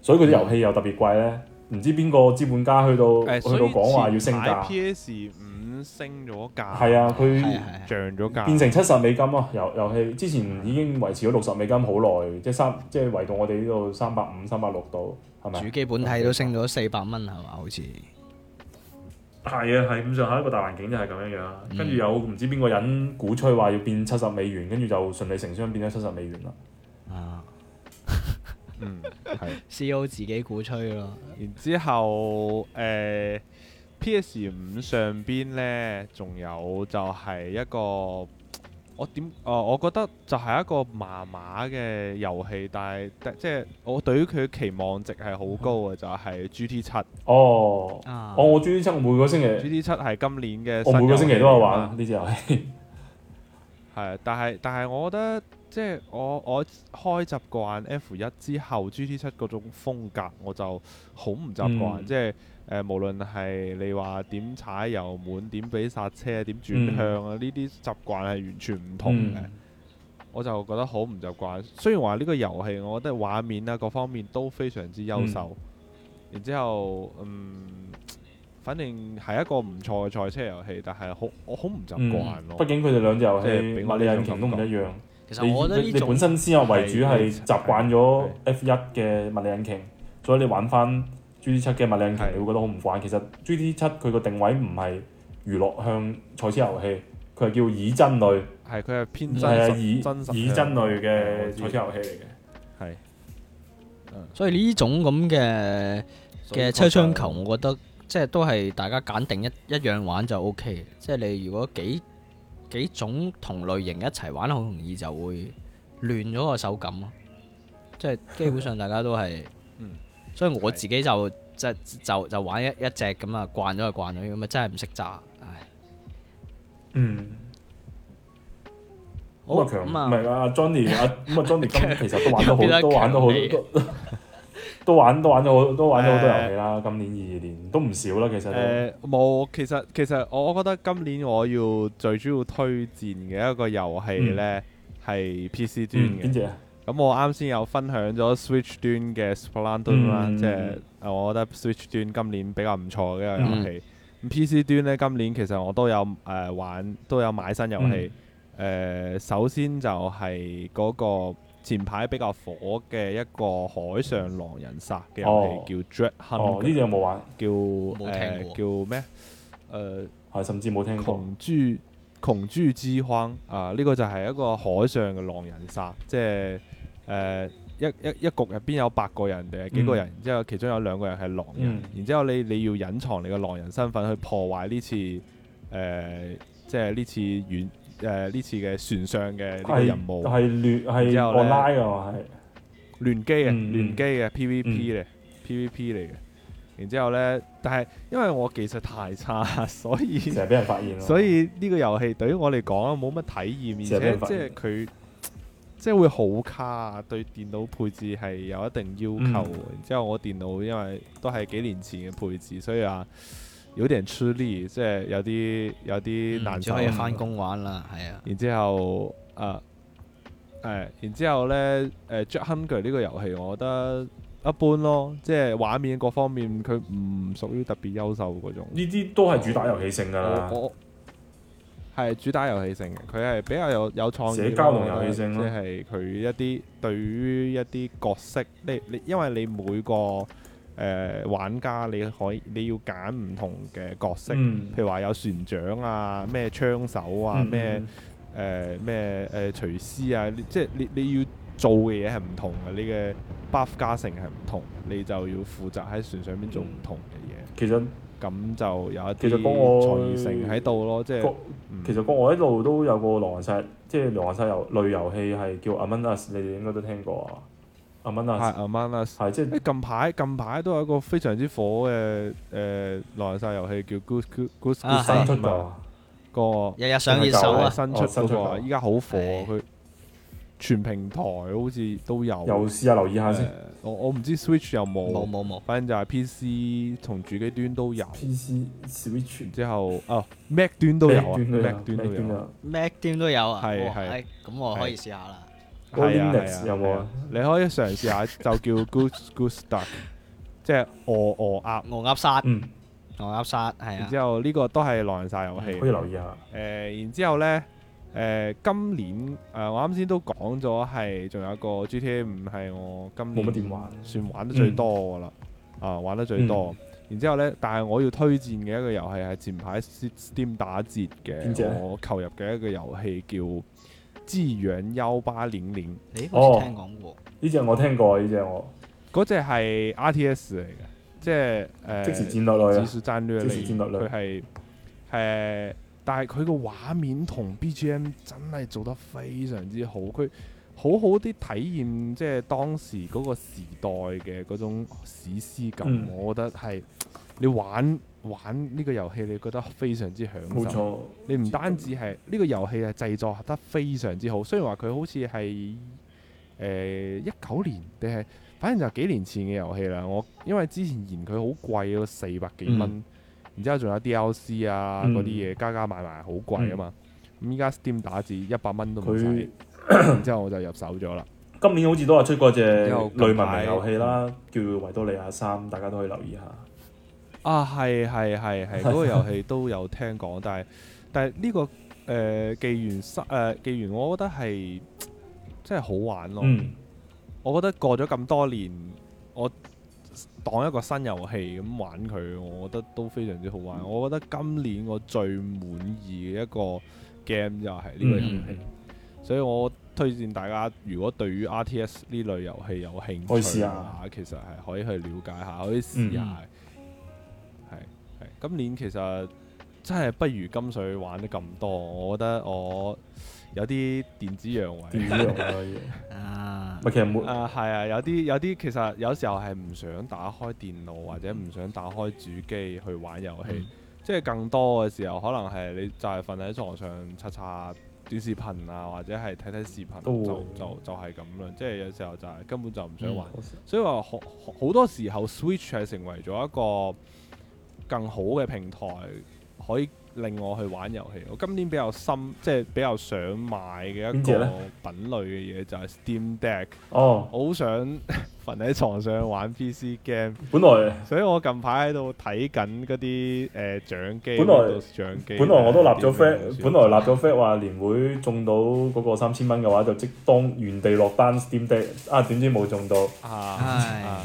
所以佢啲遊戲又特別貴咧。唔知邊個資本家哦去到、
誒，
去到講話要升價，
PS 五升咗價，
係啊，佢
係啊係啊，
漲咗價，
變成七十美金啊！遊遊戲之前已經維持咗六十美金好耐，即係三即係圍到我哋呢度三百五、三百六度，係咪？
主機本體都升咗四百蚊係嘛？好似
係啊，係咁上下一個大環境就係咁樣樣啊。
嗯
跟住有唔知邊個人鼓吹話要變七十美元，跟住就順理成章變咗七十美元啦。
啊
嗯，係。
，C.O 自己鼓吹咯，
然之後誒，PS 五上邊呢，仲有就係一個我點哦，我覺得就係一個麻麻嘅遊戲，但係但即係我對於佢期望值係好高嘅，就係 GT 七
哦，
啊
哦，我專登每個星期，
，GT 七係今年
我
嘅新
每個星期都有
遊戲啊嘛
玩呢隻遊戲。
係，但係但係，我覺得即係我我開習慣 F 一之後 GT 七嗰種風格，我就好唔習慣。
嗯
即係誒、呃，無論係你話點踩油門、點俾剎車、點轉
嗯
向啊，呢啲習慣係完全唔同嘅。
嗯，
我就覺得好唔習慣。雖然話呢個遊戲，我覺得畫面啊各方面都非常之優
嗯
秀。然之後，嗯，反正係一個唔錯嘅賽車遊戲，但係好我好唔習
嗯
慣咯。
畢竟佢哋兩隻遊
即係
戲
俾
物
我
理
呢
引
種
擎都唔
感覺
一樣。
其
你
實我覺得
你
呢
你本
種
身先有為主係
係
習慣咗 F 一嘅物理引擎，所以你玩翻 G T 七嘅物理引擎
係，
你會覺得好唔慣。其實 G T 七佢個定位唔係娛樂向賽車遊戲，佢係叫以真類，
係佢係偏真
係啊
實
以
真實
以真類嘅賽
賽
車遊戲嚟嘅。
係
所以呢種咁嘅嘅車窗球，我覺得即係都係大家揀定一一樣玩就 O K。即係你如果幾幾種同類型一齊玩，好容易就會亂咗個手感咯。即係基本上大家都係
嗯，
所以我自己就就就就玩一一隻咁啊，慣咗就慣咗，咁啊真係唔識揸。唉，
嗯，
好
咁啊強，
咁
唔
啊，
係啊 Johnny 啊，咁啊 Johnny 今其實都玩咗
變
好，
得
都玩咗
強
好
你
都。都 都玩都玩咗好都玩咗好多
誒
遊戲啦，今年二二年都唔少啦，其實都。
誒冇，其實其實我覺得今年我要最主要推薦嘅一個遊戲呢，係 PC
嗯
端
邊
嘅，
隻啊？
咁我啱先有分享咗 Switch 端嘅 Splatoon 啦，
嗯
即係呃我覺得 Switch 端今年比較唔錯嘅一個
嗯
遊戲。咁 PC 端呢，今年其實我都有誒、呃玩，都有買新遊戲。誒、
嗯
首先就係嗰個前排比較火嘅一個海上狼人殺嘅
哦
遊戲，叫 Dread
哦，呢
Hunt，
隻有冇玩？
叫誒、
冇聽過
叫咩？呃誒
係甚至冇聽過。
窮豬窮豬之荒啊！呢、個就係一個海上嘅狼人殺，即係誒、呃一一一局入邊有八個人定係幾個人，然之後其中有兩個人係狼人，
嗯
然之後你你要隱藏你個狼人身份去破壞呢次誒、呃即係呢次遠誒呢次嘅船上嘅呢個
係
任務。
係亂係
之後呢
online 㗎嘛，係
聯機嘅，啊
嗯
聯機嘅 PVP 嚟，PVP 嚟嘅。然之後呢，但係因為我技術太差，所以
成日俾人發現咯。
所以呢個遊戲對於我嚟講冇乜體驗，
成日俾
而
人發現
且即係佢即係會好卡，對電腦配置係有一定要求。
嗯
然之後我電腦因為都係幾年前嘅配置，所以啊有點吃力，即係有啲有啲難受啊
就。可以翻工玩啦，係啊，
然之後啊誒、然之後咧誒《Jack Hunger》呢個遊戲，我覺得一般咯，即係畫面各方面佢唔屬於特別優秀嗰種。
呢啲都係主打遊戲性㗎啦
我。我係主打遊戲性嘅，佢係比較有有創意
社
咯
交同遊戲性咯
即係佢一啲對於一啲角色，你你因為你每個誒、呃玩家你可以你要揀唔同嘅角色，
嗯
譬如話有船長啊、咩槍手啊、
嗯
咩誒咩誒廚師啊，你即係你你要做嘅嘢係唔同嘅，你嘅 buff 加成係唔同，你就要負責喺船上面做唔同嘅嘢。
其實
咁就有一
其
啲
實講我
創意性喺度咯，即係嗯
個其實我一路都有個狼人殺，即係狼人殺遊類遊戲係叫 Among Us，你哋應該都聽過啊。Among
係
Us
Among Us。
係即係
誒近排近排都有一個非常之火嘅誒狼人殺遊戲叫 Goose Goose Goose
啊係
新
Goose
出
Game
㗎
啊，
嘛。
個
日日上熱搜
係
啊
啊，
新出嗰個
哦
啊，
新出
依家好火，
係
佢全平台好似都有。
又試下留意下
誒
先。
我我唔知 Switch 有冇，
冇冇冇，
反正就係 PC 同主機端都有，
PC Switch
然之後啊 Mac 端都有啊，Mac 端
端
都有。
啊。
Mac 店都有啊，
係
哇
係
哎咁我可以
係
試下啦，
嗰個
係啊
Linux
係
有冇啊
係你可以嘗試下，就叫 Goose Goose Duck，即係鵝鵝鴨。
鵝鴨殺，
嗯，
鵝鴨殺係
然
啊，
之後呢個都係狼人殺遊戲。
可以留意下。
誒、然之後呢，誒、今年誒、我啱先都講咗係，仲有一個 GTA 五係我今年
冇乜點嗯玩
算玩得最多噶啦，啊玩得最多。
嗯
然之後呢，但係我要推薦嘅一個遊戲係前排 Steam 打折
邊隻啊
嘅
呢，
我購入嘅一個遊戲叫《資源幺八零零
誒好似聽
哦
講過，
呢只我聽過，呢只我》，
嗰只係 RTS 嚟嘅，即係誒、呃
即時戰略類
指
啊。
數戰略
即
嚟，
時戰略啊類
佢係誒，但係佢個畫面同 BGM 真係做得非常之好，佢好好啲體驗即係當時嗰個時代嘅嗰種史詩感，
嗯
我覺得係你玩玩呢個遊戲，你覺得非常之享
冇
受。
錯，
你唔單止係呢個遊戲係製作得非常之好，雖然話佢好似係誒一九年定係，反正就幾年前嘅遊戲啦。我因為之前嫌佢好貴咯，四百幾蚊，然之後仲有 DLC 啊
嗯
嗰啲嘢加加埋埋好貴啊嘛。咁依家 Steam 打字一百蚊都唔
佢
使，然之後我就入手咗啦。
今年好似都有出過隻
有
類文
近排嗯
明遊戲啦，叫《維多利亞三》，大家都可以留意下。
啊，係係係係，嗰個遊戲都有聽講，但係但係呢、個誒、呃、紀元三誒、呃、紀元，我覺得係真係好玩咯。
嗯，
我覺得過咗咁多年，我當一個新遊戲咁玩佢，我覺得都非常之好玩。我覺得今年我最滿意嘅一個 game 就係呢個遊戲，
嗯
所以我推薦大家，如果對於 RTS 呢類遊戲有興
可以試
趣嘅
下嗯
話，其實係可以去了解下，可以試下。係係、今年其實真係不如金水玩得咁多，我覺得我有啲電子陽痿。
電子遊戲可以。
哦
啊
唔，係，其實冇
誒係啊，有啲有啲其實有時候係唔想打開電腦或者唔想打開主機去玩遊戲，
嗯
即係更多嘅時候可能係你就係瞓喺床上刷刷短視頻啊，或者係睇睇視頻啊
都會
就就就係咁啦。即係有時候就係根本就唔想玩，
我
所以話好好好多時候 Switch 係成為咗一個更好嘅平台，可以令我去玩遊戲。我今年比較深，即係比較想買嘅一
邊隻
個
呢
品類嘅嘢就係 Steam Deck。
哦，
我好想 瞓喺床上玩 PC game，
本來
所以我近排喺度睇緊嗰啲誒掌機，
本來
Windows 掌機。
本來我都立咗 flag，
點樣
本來立咗 flag 話年會中到嗰個三千蚊嘅話，就即當原地落單 Steam Deck 啊，點知冇中到。
啊
唉
啊，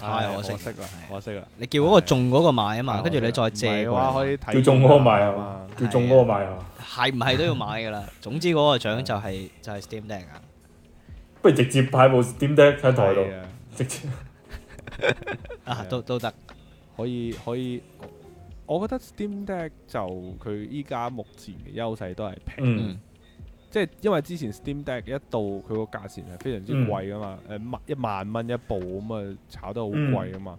唉
唉，
可
可
惜
惜啦，可惜啦。
你叫嗰個中嗰個買啊嘛，跟住你再借
嘅
嘅
話，
話，
可以睇
叫中嗰個賣係嘛？
係
叫
啊
中嗰個賣係嘛？
係唔係都要買㗎 啦。總之嗰個獎就係就係 Steam Deck 啊。
不如直接派部 Steam Deck 喺台度，
係啊
直接
啊，都都得。
可以可以，我覺得 Steam Deck 就佢依家目前嘅優勢都係平，
嗯
嗯
即係因為之前 Steam Deck 一到佢個價錢係非常之
嗯
貴噶嘛，誒萬、一萬蚊一部咁啊，炒得好
嗯
貴噶嘛。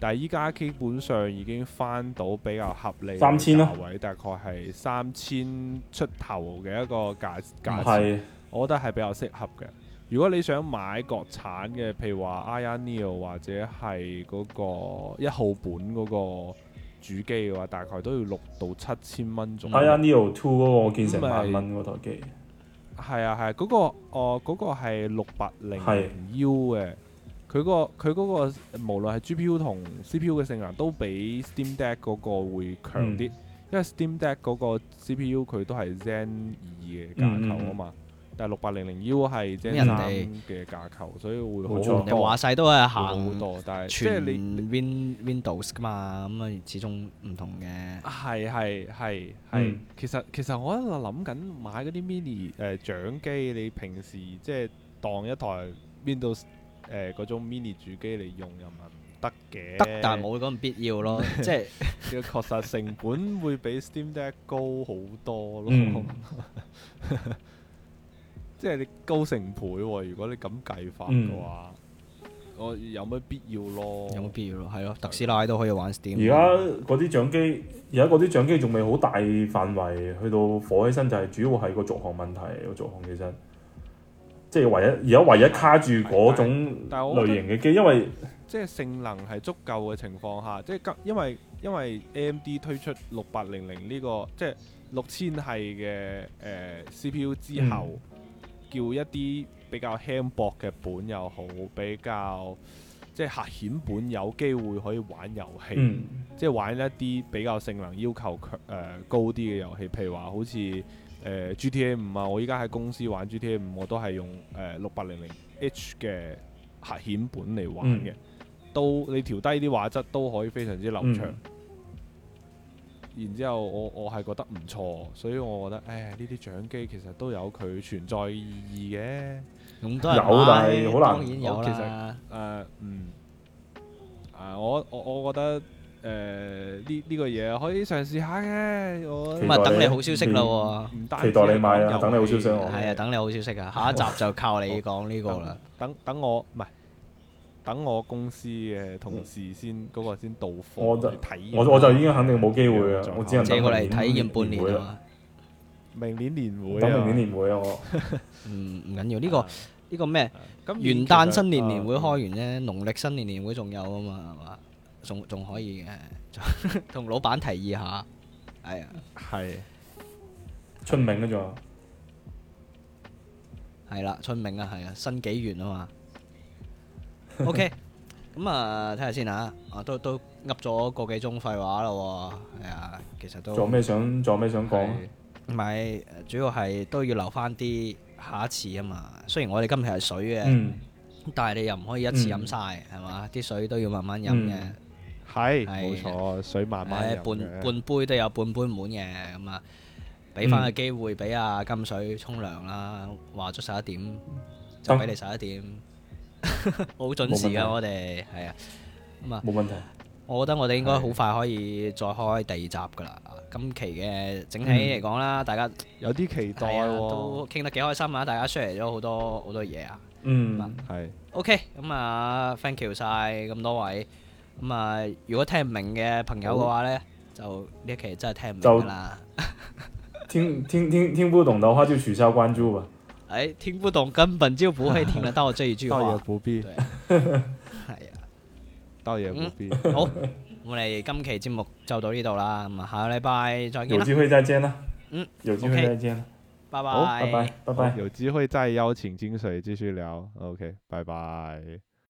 但係依家基本上已經翻到比較合理嘅
3000咯
價位，大概係三千出頭嘅一個價價錢。
嗯係
我覺得係比較適合嘅。如果你想買國產嘅，譬如話 Aya Neo 或者係嗰個一號本嗰個主機嘅話，大概都要六到七千蚊左右。
Aya Neo Two 嗰個，我見成
咁咪
萬蚊嗰台機，
係啊係啊，嗰、個哦嗰、個係六八零
係
U 嘅，佢、個佢嗰、個無論係 GPU 同 CPU 嘅性能都比 Steam Deck 嗰個會強
嗯
啲，因為 Steam Deck 嗰個 CPU 佢都係 Zen 二嘅架構啊嘛，
嗯
但係六八零零 U 係 Zen
人
三
哋
嘅架構，所以會
冇
好
錯
好
人哋
多，
話晒都係
好好
行
多，但係即係
全
你
Win Windows 噶嘛，咁啊始終唔同嘅。
係係係係
嗯，
其實其實我喺度諗緊買嗰啲 mini 誒、掌機，你平時即係當一台 Windows 誒、嗰種 mini 主機嚟用又唔係唔得嘅，
得，但係冇咁必要 咯。即係
嘅確實成本會比 Steam Deck 高好多咯，
嗯
即係你高成倍喎、如果你咁計法嘅話，我有乜必要咯？
嗯有冇必要咯？係咯，特斯拉都可以玩 Steam。
而家嗰啲掌機，而家嗰啲掌機仲未好大範圍去到火起身，就係主要係個續航問題，個續航其實即係唯一而家唯一卡住嗰種
但係我
類
覺得
型嘅機，因為
即係性能係足夠嘅情況下，即係今因為因為 AMD 推出六八零零呢個即係六千系嘅呃誒 CPU 之後，叫一啲比較輕薄嘅本又好，比較即係核顯本有機會可以玩遊戲，
嗯
即係玩一啲比較性能要求強誒、呃高啲嘅遊戲，譬如話好似誒、GTA 五啊，我依家喺公司玩 GTA 五，我都係用誒六八零零 H 嘅核顯本嚟玩嘅，都你調低啲畫質都可以非常之流暢。
嗯
然之後我我係覺得唔錯，所以我覺得誒呢啲掌機其實都有佢存在意義嘅。
咁多人
有但係
買
好難
當然有
其實
啦。
誒、嗯，啊、我我我覺得誒呢呢個嘢可以嘗試下嘅，我
期
咁啊，
待
等你
你
好消息啦喎！
唔單
期待你
止係
買啊
講遊
等你好
戲
消息我
係啊，等你好消息啊！下一集就靠你講呢個啦。
等等我唔係等我公司嘅同事先嗰、個先到貨，啊
我就
嚟體驗
我我就已經肯定冇機會
咁
啦
就，
我只 能
借
等
過嚟體驗半
會
年
啦，
啊！
明年年會
等
啊
明年年會啊我。
嗯，唔緊要，呢個
啊
呢個咩？
今
啊
年
元
其實
旦新年年會
啊
開完啫，農曆新年年會仲有啊嘛，係嘛？仲仲可以嘅， 同老闆提議下。係啊，
係
春明嘅仲
係啦，春明啊，係啊，新紀元啊 嘛。OK，咁啊，睇下先啊，啊都都噏咗個幾鐘廢話啦喎，係啊，其實都
仲有咩想仲有咩想講啊？
係
唔係，主要係都要留翻啲下一次啊嘛。雖然我哋今日係水嘅，
嗯，
但係你又唔可以一次
嗯
飲晒，係嘛？啲水都要慢慢飲嘅。
嗯
係
係冇錯，水慢慢
唉
飲
半
嘅
半杯都有半杯滿嘅，咁啊，俾
嗯
翻個機會俾阿金水沖涼啦，話咗十一點
啊
就俾你十一點， 好準時
冇問題
噶我哋，係啊，咁啊，
冇問題。
我覺得我哋應該好快可以再開第二集噶啦，今期嘅整體嚟講啦，大家
有啲嗯期待
係啊
喎，
都傾得幾開心啊，大家 share 咗好多好多嘢啊。
嗯，
係
OK，咁啊，thank you 晒咁多位。咁啊，如果聽唔明嘅朋友嘅話咧，就呢一期真係聽唔明㗎啦。
聽聽聽聽不懂的話就取消關注吧。
哎，聽不懂根本就不會聽得 到這一句
倒也
話。
不必
啊對，，係啊，
倒也不必。
好，我哋今期節目就到呢度啦，咁啊下個禮拜再見
有
啦，
机会再见啦。
嗯，
有机会
OK
再见啦。
拜
好，拜拜，拜拜。
有机会再邀请金水继续聊。OK，拜拜。